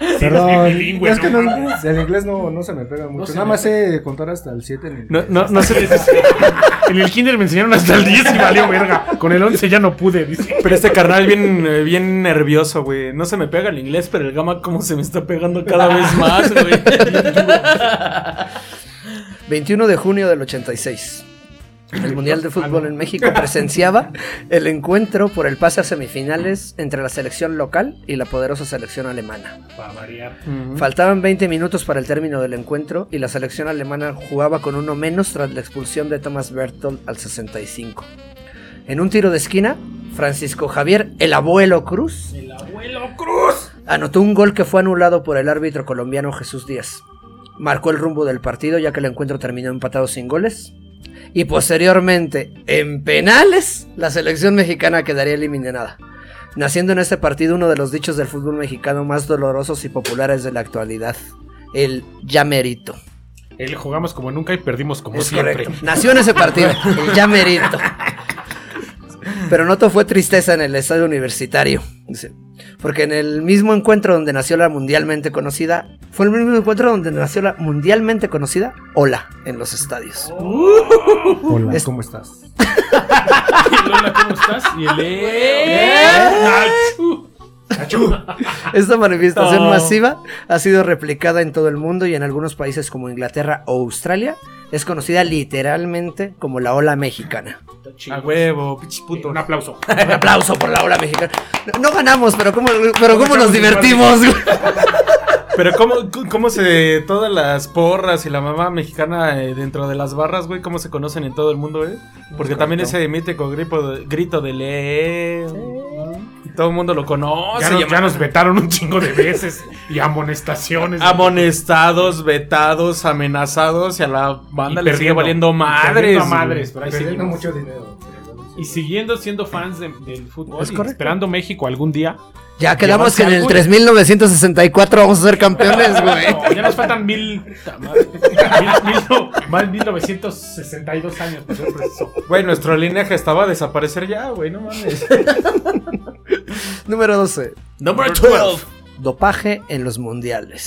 Speaker 2: es
Speaker 7: Perdón.
Speaker 2: bien bilingüe,
Speaker 7: es que
Speaker 2: ¿no?
Speaker 7: no, el inglés no, no se me pega mucho.
Speaker 2: se
Speaker 7: Nada
Speaker 2: me
Speaker 7: más sé contar hasta el 7 en
Speaker 1: No,
Speaker 7: inglés.
Speaker 1: no, no sé.
Speaker 2: En el kinder me enseñaron hasta el 10 y valió verga. Con el 11 ya no pude. Dice.
Speaker 1: Pero este carnal bien, eh, bien nervioso, güey. No se me pega el inglés, pero el gama como se me está pegando cada vez más, güey.
Speaker 3: 21 de junio del 86. El Mundial de Fútbol en México presenciaba el encuentro por el pase a semifinales entre la selección local y la poderosa selección alemana.
Speaker 2: Para variar.
Speaker 3: Faltaban 20 minutos para el término del encuentro y la selección alemana jugaba con uno menos tras la expulsión de Thomas Bertolt al 65. En un tiro de esquina, Francisco Javier, el abuelo Cruz,
Speaker 2: El abuelo Cruz.
Speaker 3: anotó un gol que fue anulado por el árbitro colombiano Jesús Díaz. Marcó el rumbo del partido ya que el encuentro terminó empatado sin goles. Y posteriormente, en penales, la selección mexicana quedaría eliminada. Naciendo en este partido uno de los dichos del fútbol mexicano más dolorosos y populares de la actualidad. El llamerito.
Speaker 2: El jugamos como nunca y perdimos como
Speaker 3: Es
Speaker 2: siempre.
Speaker 3: correcto. Nació en ese partido. El llamerito. Pero no todo fue tristeza en el estadio universitario. dice, Porque en el mismo encuentro donde nació la mundialmente conocida, fue el mismo encuentro donde nació la mundialmente conocida Hola en los estadios.
Speaker 7: Hola,
Speaker 3: es-
Speaker 7: ¿cómo estás?
Speaker 2: Lola, ¿cómo estás? Y el Achú.
Speaker 3: Esta manifestación
Speaker 1: Oh.
Speaker 3: masiva ha sido replicada en todo el mundo y en algunos países como Inglaterra o Australia es conocida literalmente como la ola mexicana.
Speaker 1: A huevo, pinches putos.
Speaker 2: Un aplauso.
Speaker 3: Un aplauso por la ola mexicana. No, no ganamos, pero cómo, pero cómo nos divertimos, güey.
Speaker 1: Pero ¿cómo, cu- cómo se... Todas las porras y la mamá mexicana eh, dentro de las barras, güey, cómo se conocen en todo el mundo, güey. Porque también ese mítico grito de, grito de Leo. Y todo el mundo lo conoce.
Speaker 2: ya, nos, ya
Speaker 1: llama-
Speaker 2: nos vetaron un chingo de veces y amonestaciones.
Speaker 1: Amonestados, vetados, amenazados y a la banda
Speaker 2: Y
Speaker 1: le sigue
Speaker 2: perdiendo.
Speaker 1: valiendo
Speaker 2: Y
Speaker 1: madres.
Speaker 2: perdiendo a
Speaker 1: güey.
Speaker 2: madres, pero ahí
Speaker 7: Perdiendo
Speaker 2: seguimos.
Speaker 7: mucho dinero.
Speaker 2: Y siguiendo siendo fans de- del fútbol.
Speaker 3: Es
Speaker 2: y
Speaker 3: correcto.
Speaker 2: esperando México algún día.
Speaker 3: Ya quedamos
Speaker 2: Llevarse
Speaker 3: que en el
Speaker 2: algo.
Speaker 3: 3964 vamos a ser campeones, güey.
Speaker 2: No, ya nos faltan mil. ta madre. Mil- mil no- Más 1962 años para ser preciso.
Speaker 1: Güey, nuestro linaje estaba a desaparecer ya, güey, no mames.
Speaker 3: Número 12.
Speaker 1: Number
Speaker 3: 12. Dopaje en los mundiales.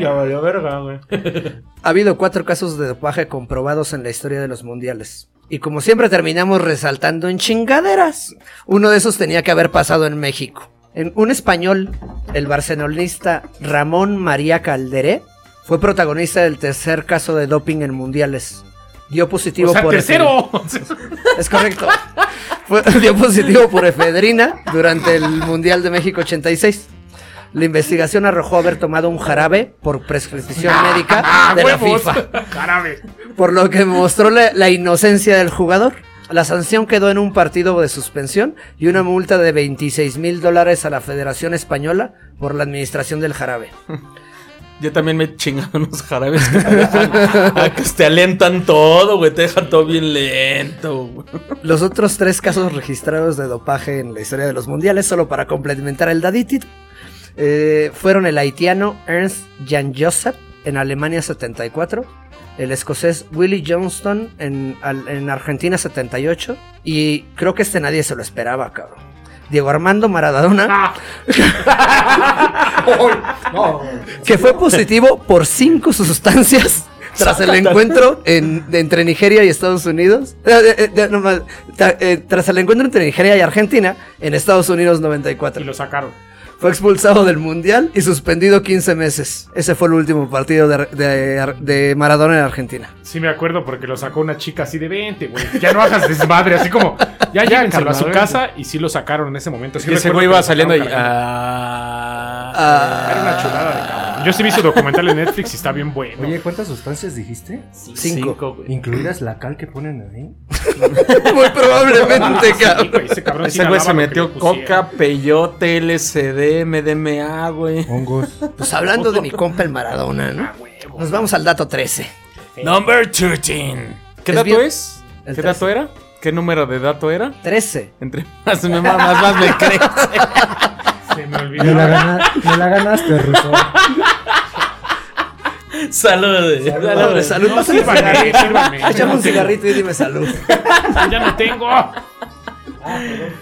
Speaker 1: ya valió verga, güey.
Speaker 3: Ha habido cuatro casos de dopaje comprobados en la historia de los mundiales. Y como siempre terminamos resaltando en chingaderas. Uno de esos tenía que haber pasado en México. En un español, el barcelonista Ramón María Calderé, fue protagonista del tercer caso de doping en mundiales. Dio positivo
Speaker 2: O sea,
Speaker 3: por efedrina.
Speaker 2: tercero.
Speaker 3: Es correcto. Fue- dio positivo por efedrina durante el Mundial de México 86. La investigación arrojó haber tomado un jarabe por prescripción médica de la
Speaker 2: Ah, huevos.
Speaker 3: FIFA
Speaker 2: Jarabe.
Speaker 3: por lo que mostró la, la inocencia del jugador. La sanción quedó en un partido de suspensión y una multa de 26 mil dólares a la Federación Española por la administración del jarabe.
Speaker 1: Yo también me he chingado unos jarabes que te, dejan- a que te alentan todo, güey. Te dejan todo bien lento, güey.
Speaker 3: Los otros tres casos registrados de dopaje en la historia de los mundiales, solo para complementar el daditito, eh, fueron el haitiano Ernst Jan Joseph en Alemania 74, el escocés Willie Johnston en, al- en Argentina 78, y creo que este nadie se lo esperaba, cabrón. Diego Armando Maradona. que fue positivo por cinco sustancias tras el encuentro en- de- entre Nigeria y Estados Unidos. Eh, eh, eh, no más, tra- eh, tras el encuentro entre Nigeria y Argentina en Estados Unidos
Speaker 2: Y
Speaker 3: 94.
Speaker 2: lo sacaron.
Speaker 3: Fue expulsado del Mundial y suspendido 15 meses. Ese fue el último partido de, Ar- de Ar- de Maradona en Argentina.
Speaker 2: Sí me acuerdo porque lo sacó una chica así de 20, güey. Ya no hagas desmadre, así como ya llévenselo a su casa y sí lo sacaron en ese momento. Sí
Speaker 1: Y ese
Speaker 2: recuerdo
Speaker 1: güey
Speaker 2: que
Speaker 1: iba
Speaker 2: lo sacaron
Speaker 1: saliendo y.
Speaker 2: cargando.
Speaker 3: Ah,
Speaker 2: Era una chulada de
Speaker 1: ah.
Speaker 2: cabrón. Yo sí vi su documental en Netflix y está bien bueno.
Speaker 7: Oye, ¿cuántas sustancias dijiste?
Speaker 1: eh,
Speaker 3: cinco.
Speaker 7: ¿Incluidas la cal que ponen ahí?
Speaker 3: Muy probablemente,
Speaker 2: Sí,
Speaker 3: cabrón.
Speaker 2: güey, ese cabrón sí
Speaker 1: Ese güey
Speaker 2: lavaba
Speaker 1: se
Speaker 2: lo que
Speaker 1: metió
Speaker 2: le pusieran.
Speaker 1: coca, peyote, LCD, MDMA, güey.
Speaker 7: Hongos.
Speaker 3: Pues hablando de mi compa el Maradona, ¿no? Nos vamos al dato 13.
Speaker 1: Number 13. ¿Qué
Speaker 3: Es
Speaker 1: dato
Speaker 3: bien-
Speaker 1: es?
Speaker 3: el
Speaker 1: ¿Qué dato era? ¿Qué número de dato era?
Speaker 3: 13.
Speaker 1: Entre más me mamas, más me crees.
Speaker 2: Se me olvidó.
Speaker 7: Me la, gana- me la ganaste, Ruso.
Speaker 1: Salud. Salud.
Speaker 3: Hombre, salud.
Speaker 2: No,
Speaker 3: pásame un
Speaker 2: sírvame,
Speaker 3: cigarrito.
Speaker 2: sírvame.
Speaker 3: Échame un
Speaker 2: No tengo.
Speaker 3: cigarrito y dime salud.
Speaker 2: Ya no tengo.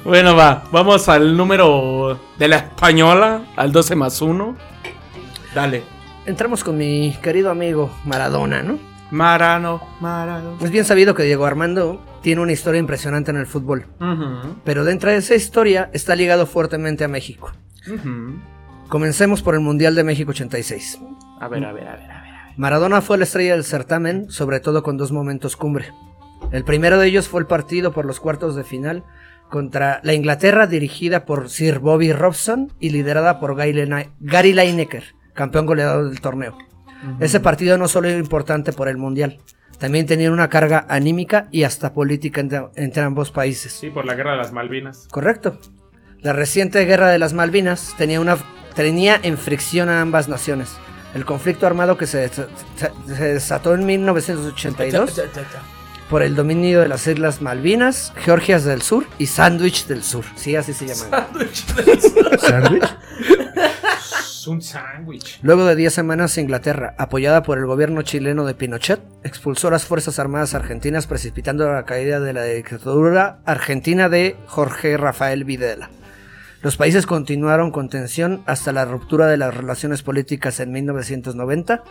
Speaker 1: Bueno, va. Vamos al número de la española, al 12 más 1. Dale.
Speaker 3: Entramos con mi querido amigo Maradona, ¿no?
Speaker 1: Marano, Marano.
Speaker 3: Es bien sabido que Diego Armando tiene una historia impresionante en el fútbol,
Speaker 1: Ujú,
Speaker 3: pero dentro de esa historia está ligado fuertemente a México.
Speaker 1: ujú.
Speaker 3: Comencemos por el Mundial de México 86.
Speaker 1: A ver, a ver, a ver, a ver.
Speaker 3: Maradona fue la estrella del certamen, sobre todo con dos momentos cumbre. El primero de ellos fue el partido por los cuartos de final contra la Inglaterra dirigida por Sir Bobby Robson y liderada por Gary Lene- Gary Lineker, campeón goleador del torneo. Ese partido no solo era importante por el Mundial, también tenía una carga anímica y hasta política entre, entre ambos países.
Speaker 2: Sí, por la guerra de las Malvinas.
Speaker 3: Correcto. La reciente guerra de las Malvinas tenía, una, tenía en fricción a ambas naciones. El conflicto armado que se, desa- se- se desató en 1982 por el dominio de las Islas Malvinas, Georgias del Sur y Sándwich del Sur. Sí, así se llaman.
Speaker 7: ¿Sándwich?
Speaker 2: Es un sándwich.
Speaker 3: Luego de 10 semanas, Inglaterra, apoyada por el gobierno chileno de Pinochet, expulsó las Fuerzas Armadas Argentinas, precipitando la caída de la dictadura argentina de Jorge Rafael Videla. Los países continuaron con tensión hasta la ruptura de las relaciones políticas en 1990.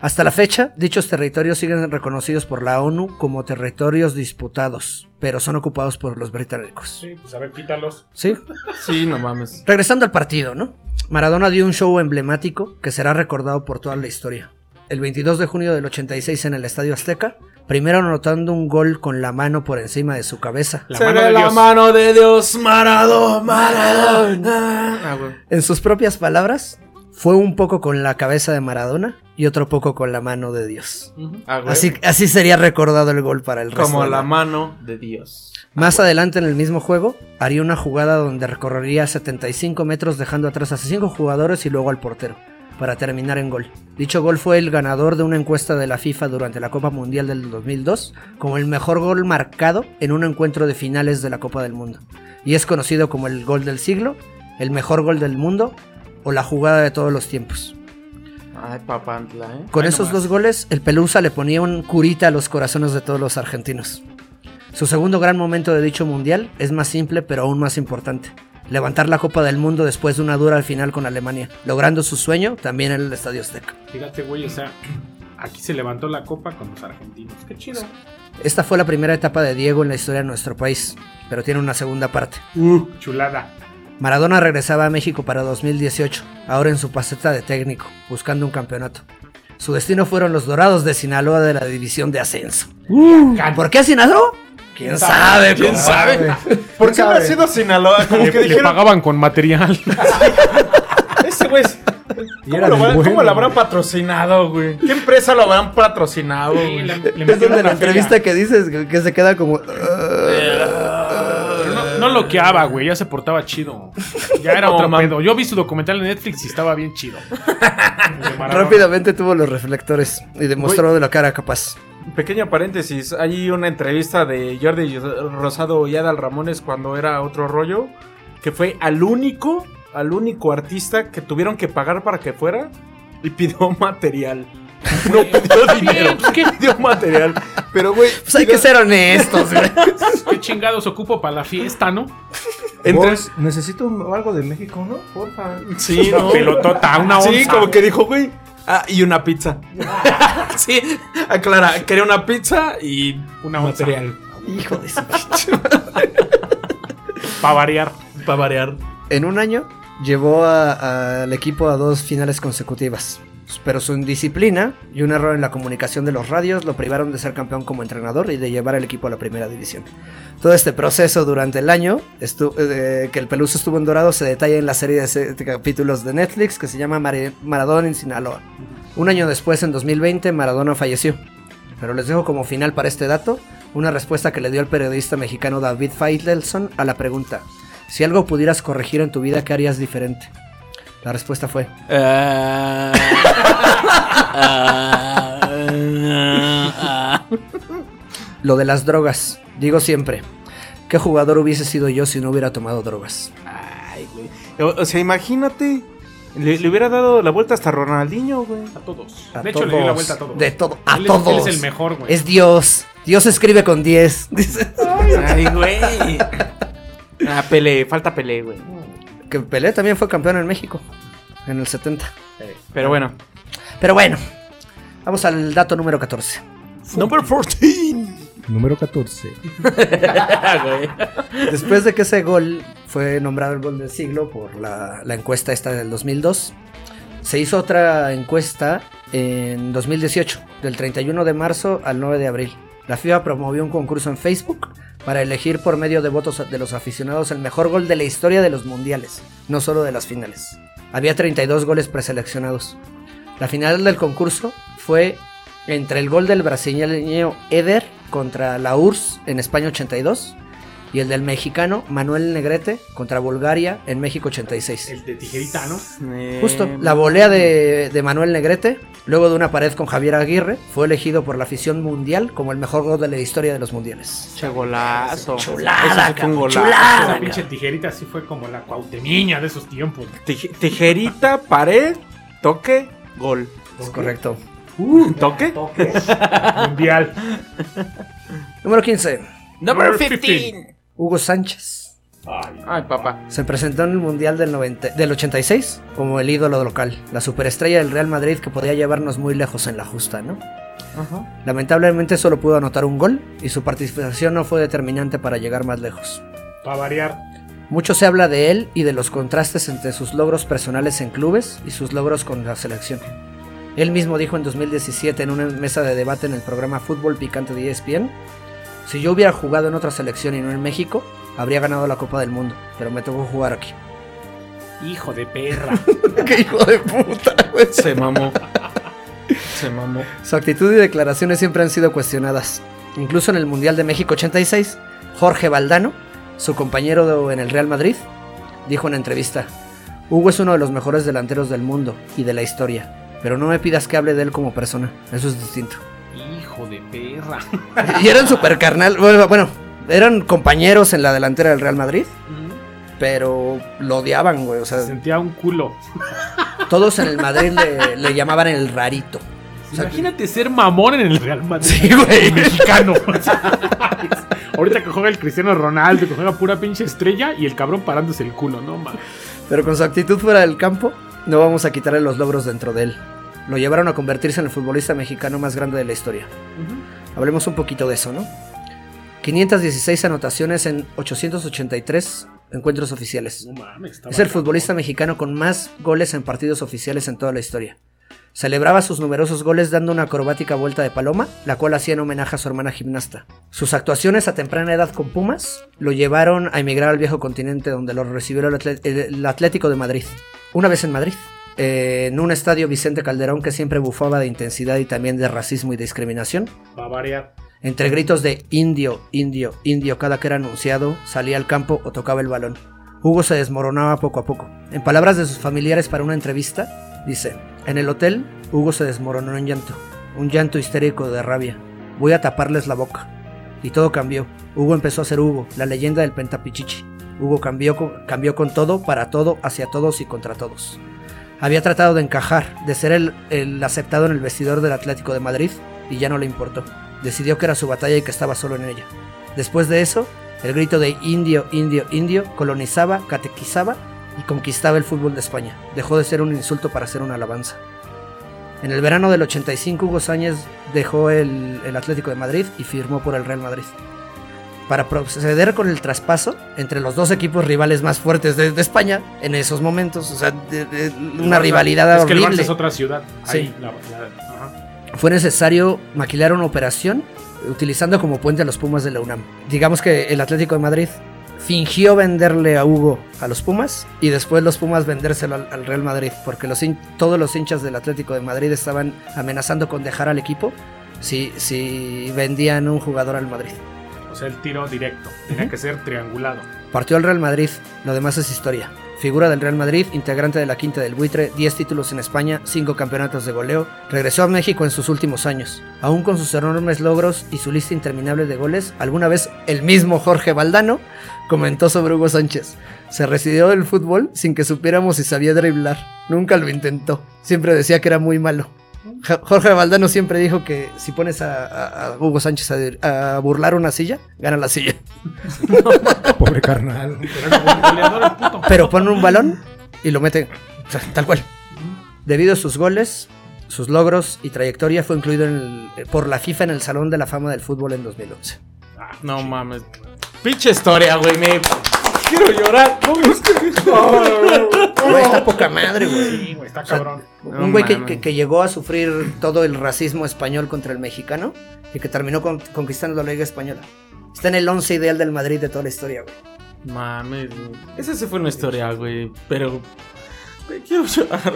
Speaker 3: Hasta la fecha, dichos territorios siguen reconocidos por la ONU como territorios disputados, pero son ocupados por los británicos.
Speaker 2: Sí, pues a ver, quítalos.
Speaker 3: ¿Sí?
Speaker 1: Sí, no mames.
Speaker 3: Regresando al partido, ¿no? Maradona dio un show emblemático que será recordado por toda la historia. el 22 de junio del 86 en el Estadio Azteca, primero anotando un gol con la mano por encima de su cabeza.
Speaker 2: La
Speaker 1: Seré
Speaker 2: mano de
Speaker 1: la
Speaker 2: Dios.
Speaker 1: mano de Dios, Maradona, Maradona. Ah, güey.
Speaker 3: En sus propias palabras, fue un poco con la cabeza de Maradona y otro poco con la mano de Dios.
Speaker 1: Ah, güey.
Speaker 3: Así, así sería recordado el gol para el resto.
Speaker 1: como
Speaker 3: de
Speaker 1: la
Speaker 3: la-
Speaker 1: mano de Dios.
Speaker 3: Más adelante en el mismo juego, haría una jugada donde recorrería 75 metros dejando atrás a 5 jugadores y luego al portero, para terminar en gol. Dicho gol fue el ganador de una encuesta de la FIFA durante la Copa Mundial del 2002 como el mejor gol marcado en un encuentro de finales de la Copa del Mundo. Y es conocido como el gol del siglo, el mejor gol del mundo o la jugada de todos los tiempos.
Speaker 1: Ay, papantla, ¿eh?
Speaker 3: Con
Speaker 1: Ay,
Speaker 3: esos
Speaker 1: nomás.
Speaker 3: dos goles, el Pelusa le ponía un curita a los corazones de todos los argentinos. Su segundo gran momento de dicho mundial es más simple pero aún más importante. Levantar la Copa del Mundo después de una dura final con Alemania, logrando su sueño también en el Estadio Azteca.
Speaker 2: Fíjate, güey, o sea, aquí se levantó la copa con los argentinos. Qué chido.
Speaker 3: Esta fue la primera etapa de Diego en la historia de nuestro país, pero tiene una segunda parte.
Speaker 2: Uh, chulada.
Speaker 3: Maradona regresaba a México para 2018, ahora en su faceta de técnico, buscando un campeonato. Su destino fueron los Dorados de Sinaloa de la División de Ascenso. ¿Por qué Sinaloa? ¿Quién sabe?
Speaker 1: ¿Quién sabe?
Speaker 4: Ah,
Speaker 1: ¿Por qué habrá sido Sinaloa? Como
Speaker 2: Le,
Speaker 1: que
Speaker 2: le
Speaker 1: dijeron,
Speaker 2: pagaban con material.
Speaker 1: ese güey. es- ¿Cómo, lo, van- cómo lo habrán patrocinado, güey? ¿Qué empresa lo habrán patrocinado, güey?
Speaker 3: Es donde la entrevista que dices que- que se queda como.
Speaker 2: Pero no, no loqueaba, güey. Ya se portaba chido. Ya era
Speaker 1: No,
Speaker 2: otro
Speaker 1: man.
Speaker 2: pedo. Yo vi su documental en Netflix y estaba bien chido. El de Maradona.
Speaker 3: Rápidamente tuvo los reflectores y demostró de la cara capaz. Pues
Speaker 1: Pequeño paréntesis, hay una entrevista de Jordi Rosado y Adal Ramones cuando era otro rollo, que fue al único, al único artista que tuvieron que pagar para que fuera y pidió material. No pidió dinero,
Speaker 2: pues,
Speaker 1: pidió material. Pero güey,
Speaker 3: Pues hay que ser honestos, güey.
Speaker 2: Qué chingados ocupo para la fiesta, ¿no?
Speaker 1: entre-
Speaker 7: Boys, necesito un- algo de México, ¿no? Porfa.
Speaker 1: sí, no.
Speaker 2: pelotota, una
Speaker 1: Sí,
Speaker 2: onza.
Speaker 1: como que dijo, güey, ah, y una pizza. sí, aclara, quería una pizza y
Speaker 2: Una onza.
Speaker 1: material
Speaker 3: Hijo de su-
Speaker 2: Para variar.
Speaker 1: para variar.
Speaker 3: En un año llevó a- a- al equipo a dos finales consecutivas. Pero su indisciplina y un error en la comunicación de los radios lo privaron de ser campeón como entrenador y de llevar al equipo a la primera división. Todo este proceso durante el año estu- eh, que el Peluso estuvo en Dorado se detalla en la serie de se- de capítulos de Netflix que se llama Mare- Maradona en Sinaloa. Un año después, en 2020, Maradona falleció. Pero les dejo como final para este dato una respuesta que le dio el periodista mexicano David Feitelson a la pregunta: Si algo pudieras corregir en tu vida, ¿qué harías diferente? La respuesta fue: Lo de las drogas. Digo siempre: ¿Qué jugador hubiese sido yo si no hubiera tomado drogas?
Speaker 1: Ay, güey. O, o sea, imagínate. Le, le hubiera dado la vuelta hasta Ronaldinho, güey.
Speaker 2: A todos.
Speaker 3: A
Speaker 2: de hecho, le di la
Speaker 3: todos.
Speaker 2: vuelta a todos.
Speaker 3: De todo. A
Speaker 2: Él es- él
Speaker 3: todos.
Speaker 2: es el mejor, güey.
Speaker 3: Es Dios. Dios escribe con 10. Dice.
Speaker 1: Ay, güey. Ah, Pelé, falta Pelé, güey.
Speaker 3: Que Pelé también fue campeón en México. En el 70.
Speaker 1: Pero bueno.
Speaker 3: Pero bueno. Vamos al dato número 14.
Speaker 1: Number 14.
Speaker 4: Número 14.
Speaker 3: Después de que ese gol fue nombrado el gol del siglo por la, la encuesta esta del 2002, se hizo otra encuesta en 2018, del 31 de marzo al 9 de abril. La FIFA promovió un concurso en Facebook para elegir por medio de votos de los aficionados el mejor gol de la historia de los mundiales, no solo de las finales. Había 32 goles preseleccionados. La final del concurso fue entre el gol del brasileño Eder contra la URSS en España 82 y el del mexicano Manuel Negrete contra Bulgaria en México 86.
Speaker 2: El de tijerita, ¿no?
Speaker 3: Justo,
Speaker 1: Em,
Speaker 3: la volea de, de Manuel Negrete, luego de una pared con Javier Aguirre, fue elegido por la afición mundial como el mejor gol de la historia de los mundiales.
Speaker 1: Che, golazo.
Speaker 3: Chulada,
Speaker 1: Eso sí fue un
Speaker 3: cabrón,
Speaker 1: golazo.
Speaker 3: chulada.
Speaker 2: Esa pinche tijerita sí fue como la cuautemiña de esos tiempos.
Speaker 1: Tij- tijerita, pared, toque, gol.
Speaker 3: Es correcto.
Speaker 1: ¿Toque?
Speaker 2: Mundial.
Speaker 3: Número 15.
Speaker 1: Number
Speaker 2: 15.
Speaker 1: 15.
Speaker 3: Hugo Sánchez
Speaker 1: Ay, papá.
Speaker 3: se presentó en el Mundial del, 90 del 86 como el ídolo local, la superestrella del Real Madrid que podía llevarnos muy lejos en la justa, ¿no? Lamentablemente solo pudo anotar un gol y su participación no fue determinante para llegar más lejos.
Speaker 2: Para variar.
Speaker 3: Mucho se habla de él y de los contrastes entre sus logros personales en clubes y sus logros con la selección. Él mismo dijo en 2017 en una mesa de debate en el programa Fútbol Picante de E ESPN, si yo hubiera jugado en otra selección y no en México, habría ganado la Copa del Mundo, pero me tocó jugar aquí.
Speaker 2: Hijo de perra.
Speaker 3: ¡Qué hijo de puta, güey!
Speaker 1: Se mamó. Se mamó.
Speaker 3: Su actitud y declaraciones siempre han sido cuestionadas. Incluso en el Mundial de México 86, Jorge Valdano, su compañero de- en el Real Madrid, dijo en entrevista, Hugo es uno de los mejores delanteros del mundo y de la historia, pero no me pidas que hable de él como persona, eso es distinto.
Speaker 6: Hijo de perra.
Speaker 3: Y eran super carnal, bueno, bueno, eran compañeros en la delantera del Real Madrid, pero lo odiaban, güey, o sea,
Speaker 2: Sentía un culo.
Speaker 3: todos en el Madrid le, le llamaban el rarito.
Speaker 6: Imagínate ser mamón en el Real Madrid.
Speaker 3: Sí, güey.
Speaker 2: Mexicano. Ahorita que juega el Cristiano Ronaldo, que juega pura pinche estrella y el cabrón parándose el culo, no mames.
Speaker 3: Pero con su actitud fuera del campo, no vamos a quitarle los logros dentro de él. Lo llevaron a convertirse en el futbolista mexicano más grande de la historia. Hablemos un poquito de eso, ¿no? 516 anotaciones en 883 encuentros oficiales.
Speaker 2: No mames, estaba
Speaker 3: Es el
Speaker 2: cabrón.
Speaker 3: futbolista mexicano con más goles en partidos oficiales en toda la historia. Celebraba sus numerosos goles dando una acrobática vuelta de paloma, la cual hacía en homenaje a su hermana gimnasta. Sus actuaciones a temprana edad con Pumas lo llevaron a emigrar al viejo continente donde lo recibió el, Atle- el Atlético de Madrid. Una vez en Madrid, eh, en un estadio Vicente Calderón que siempre bufaba de intensidad y también de racismo y discriminación,
Speaker 2: Bavaria.
Speaker 3: entre gritos de indio, indio, indio cada que era anunciado, salía al campo o tocaba el balón. Hugo se desmoronaba poco a poco. En palabras de sus familiares para una entrevista, dice, en el hotel, Hugo se desmoronó en llanto, un llanto histérico de rabia. Voy a taparles la boca. Y todo cambió. Hugo empezó a ser Hugo, la leyenda del pentapichichi. Hugo cambió, co- cambió con todo, para todo, hacia todos y contra todos. Había tratado de encajar, de ser el, el aceptado en el vestidor del Atlético de Madrid, y ya no le importó. Decidió que era su batalla y que estaba solo en ella. Después de eso, el grito de indio, indio, indio colonizaba, catequizaba y conquistaba el fútbol de España. Dejó de ser un insulto para ser una alabanza. En el verano del 85, Hugo Sáñez dejó el, el Atlético de Madrid y firmó por el Real Madrid. Para proceder con el traspaso entre los dos equipos rivales más fuertes de, de España en esos momentos, o sea, de- de- una
Speaker 2: El Barça-
Speaker 3: rivalidad
Speaker 2: Es que el Barça
Speaker 3: horrible.
Speaker 2: es otra ciudad.
Speaker 3: Sí.
Speaker 2: Ahí, la- la- ajá.
Speaker 3: fue necesario maquilar una operación eh, utilizando como puente a los Pumas de la UNAM. Digamos que el Atlético de Madrid fingió venderle a Hugo a los Pumas y después los Pumas vendérselo al, al Real Madrid, porque los hin- todos los hinchas del Atlético de Madrid estaban amenazando con dejar al equipo si, si vendían un jugador al Madrid.
Speaker 2: O sea, el tiro directo. Tenía que ser triangulado.
Speaker 3: Partió al Real Madrid, lo demás es historia. Figura del Real Madrid, integrante de la Quinta del Buitre, 10 títulos en España, 5 campeonatos de goleo, regresó a México en sus últimos años. Aún con sus enormes logros y su lista interminable de goles, alguna vez el mismo Jorge Valdano comentó sobre Hugo Sánchez. Se residió del fútbol sin que supiéramos si sabía driblar. Nunca lo intentó. Siempre decía que era muy malo. Ja- Jorge Valdano siempre dijo que si pones a, a- a Hugo Sánchez a dir- a, burlar una silla, gana la silla.
Speaker 4: Pobre carnal.
Speaker 2: Goleador el puto.
Speaker 3: Pero pone un balón y lo mete o sea, tal cual. Debido a sus goles, sus logros y trayectoria, fue incluido en el- por la FIFA en el Salón de la Fama del Fútbol en 2011.
Speaker 1: No mames. Pinche historia, güey. Me... Quiero llorar. No me
Speaker 3: Güey, está poca madre, güey.
Speaker 2: Sí, güey, está
Speaker 3: sea,
Speaker 2: cabrón.
Speaker 3: Un güey que,
Speaker 1: mames.
Speaker 3: que- que llegó a sufrir todo el racismo español contra el mexicano y que terminó con- conquistando la Liga Española. Está en el 11 ideal del Madrid de toda la historia, güey.
Speaker 1: Mames, güey. Esa sí fue una historia, güey. Pero. güey, Quiero llorar.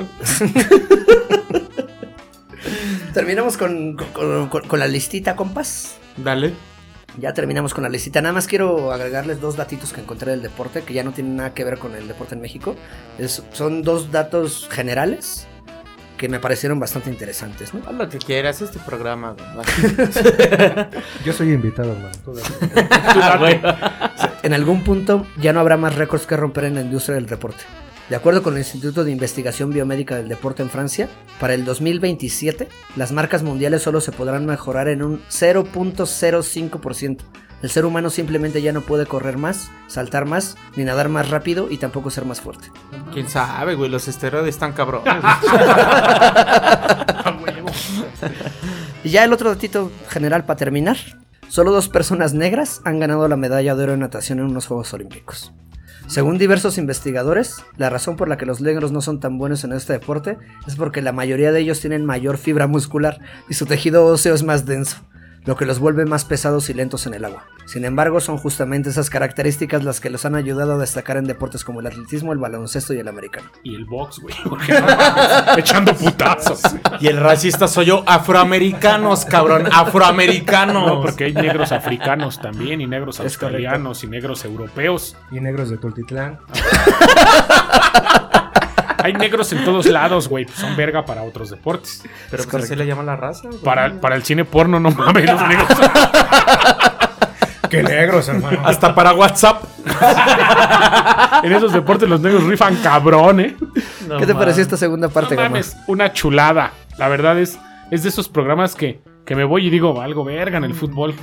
Speaker 3: Terminamos con, con- con- con la listita, compas.
Speaker 1: Dale.
Speaker 3: Ya terminamos con la listita. Nada más quiero agregarles dos datitos que encontré del deporte, que ya no tienen nada que ver con el deporte en México. Es- son dos datos generales que me parecieron bastante interesantes, ¿no?
Speaker 1: Haz lo que quieras, este programa, güey.
Speaker 4: Yo soy invitado, hermano. tú dale.
Speaker 1: Ah, güey.
Speaker 3: En algún punto ya no habrá más récords que romper en la industria del deporte. De acuerdo con el Instituto de Investigación Biomédica del Deporte en Francia, para el 2027 las marcas mundiales solo se podrán mejorar en un 0.05%. El ser humano simplemente ya no puede correr más, saltar más, ni nadar más rápido y tampoco ser más fuerte.
Speaker 1: Quién sabe, güey. Los esteroides están cabrones.
Speaker 2: Ah,
Speaker 3: Y ya el otro datito general para terminar. Solo dos personas negras han ganado la medalla de oro en natación en unos Juegos Olímpicos. Según diversos investigadores, la razón por la que los negros no son tan buenos en este deporte es porque la mayoría de ellos tienen mayor fibra muscular y su tejido óseo es más denso, lo que los vuelve más pesados y lentos en el agua. Sin embargo, son justamente esas características las que los han ayudado a destacar en deportes como el atletismo, el baloncesto y el americano.
Speaker 2: Y el box, güey. porque no mames, Echando putazos.
Speaker 1: Y el racista soy yo, afroamericanos, cabrón, afroamericanos.
Speaker 2: No, porque hay negros africanos también, y negros australianos, y negros europeos.
Speaker 4: Y negros de Tultitlán.
Speaker 2: Hay negros en todos lados, güey. pues son verga para otros deportes.
Speaker 1: Pero pues así le llaman la raza. güey.
Speaker 2: Para, para el cine porno, no mames, los negros.
Speaker 4: ¡Qué negros, hermano!
Speaker 1: Hasta para WhatsApp.
Speaker 2: En esos deportes los negros rifan cabrón, ¿eh?
Speaker 3: ¿Qué te pareció esta segunda parte,
Speaker 2: No
Speaker 3: Gamón?
Speaker 2: mames, una chulada. La verdad es, es de esos programas que, que me voy y digo, algo verga en el fútbol.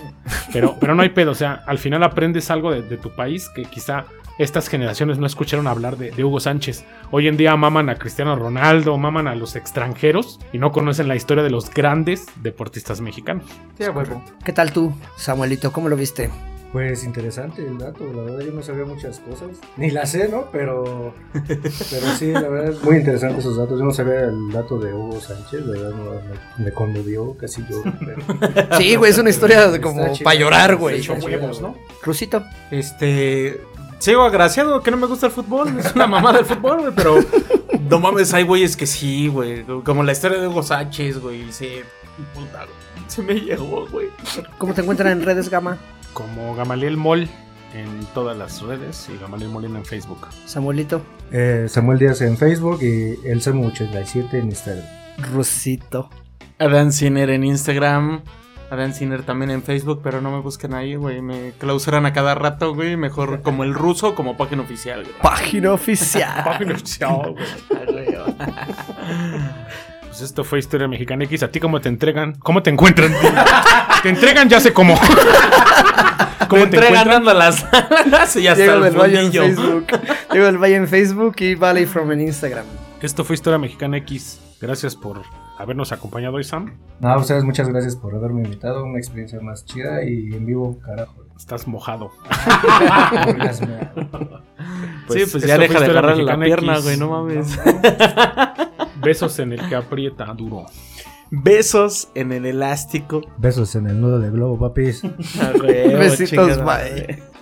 Speaker 2: Pero, pero no hay pedo, o sea, al final aprendes algo de, de tu país que quizá estas generaciones no escucharon hablar de, de Hugo Sánchez. Hoy en día maman a Cristiano Ronaldo, maman a los extranjeros y no conocen la historia de los grandes deportistas mexicanos.
Speaker 7: Sí, a huevo.
Speaker 3: ¿Qué tal tú, Samuelito? ¿Cómo lo viste?
Speaker 4: Pues interesante el dato, la verdad yo no sabía muchas cosas. Ni la sé, ¿no? Pero, pero sí, la verdad es muy interesante esos datos. Yo no sabía el dato de Hugo Sánchez, la verdad no, me, me conmovió, casi yo.
Speaker 3: Sí, güey, es una historia de como
Speaker 4: Está chida,
Speaker 3: para llorar,
Speaker 4: está
Speaker 3: güey.
Speaker 4: chida,
Speaker 2: huevos, ¿no?
Speaker 3: Rusito.
Speaker 1: Este. Sigo agraciado que no me gusta el fútbol. Es una mamada del fútbol, güey, pero. No mames, hay güeyes que sí, güey. Como la historia de Hugo Sánchez, güey. Se. Puta, güey, Se me llegó, güey.
Speaker 3: ¿Cómo te encuentran en redes, Gama?
Speaker 2: Como Gamaliel Mol en todas las redes y Gamaliel Molina en Facebook.
Speaker 3: Samuelito.
Speaker 4: Eh, Samuel Díaz en Facebook y el Samu87 en Instagram.
Speaker 3: Rusito.
Speaker 1: Adán Ciner en Instagram. Adán Ciner también en Facebook, pero no me busquen ahí, güey. Me clausuran a cada rato, güey. Mejor como el ruso, como página oficial, güey.
Speaker 3: Página oficial.
Speaker 2: Pues esto fue Historia Mexicana X. ¿A ti cómo te entregan? ¿Cómo te encuentran? te entregan, ya sé cómo.
Speaker 1: Como
Speaker 2: ¿Cómo te
Speaker 1: entré
Speaker 2: encuentran?
Speaker 1: ganando las alas y hasta
Speaker 3: Diego
Speaker 1: el
Speaker 3: del Valle en
Speaker 1: fundillo.
Speaker 3: Facebook. Diego del Valle en Facebook y Valley From en Instagram.
Speaker 2: Esto fue Historia Mexicana X. Gracias por habernos acompañado hoy, Sam.
Speaker 4: No, pues, ustedes muchas gracias por haberme invitado, una experiencia más chida y en vivo, carajo.
Speaker 2: Estás mojado.
Speaker 4: Las me-
Speaker 1: sí, pues
Speaker 2: esto
Speaker 1: ya
Speaker 2: fue
Speaker 1: deja de
Speaker 2: Historia
Speaker 1: agarrar la
Speaker 2: Mexicana
Speaker 1: pierna,
Speaker 2: X.
Speaker 1: güey, no
Speaker 3: Pues.
Speaker 1: mames.
Speaker 2: Besos en el que aprieta duro.
Speaker 1: Besos en el elástico.
Speaker 4: Besos en el nudo de globo, papis.
Speaker 1: Ah, güey,
Speaker 3: Besitos,
Speaker 1: chingada,
Speaker 3: bye.
Speaker 1: güey.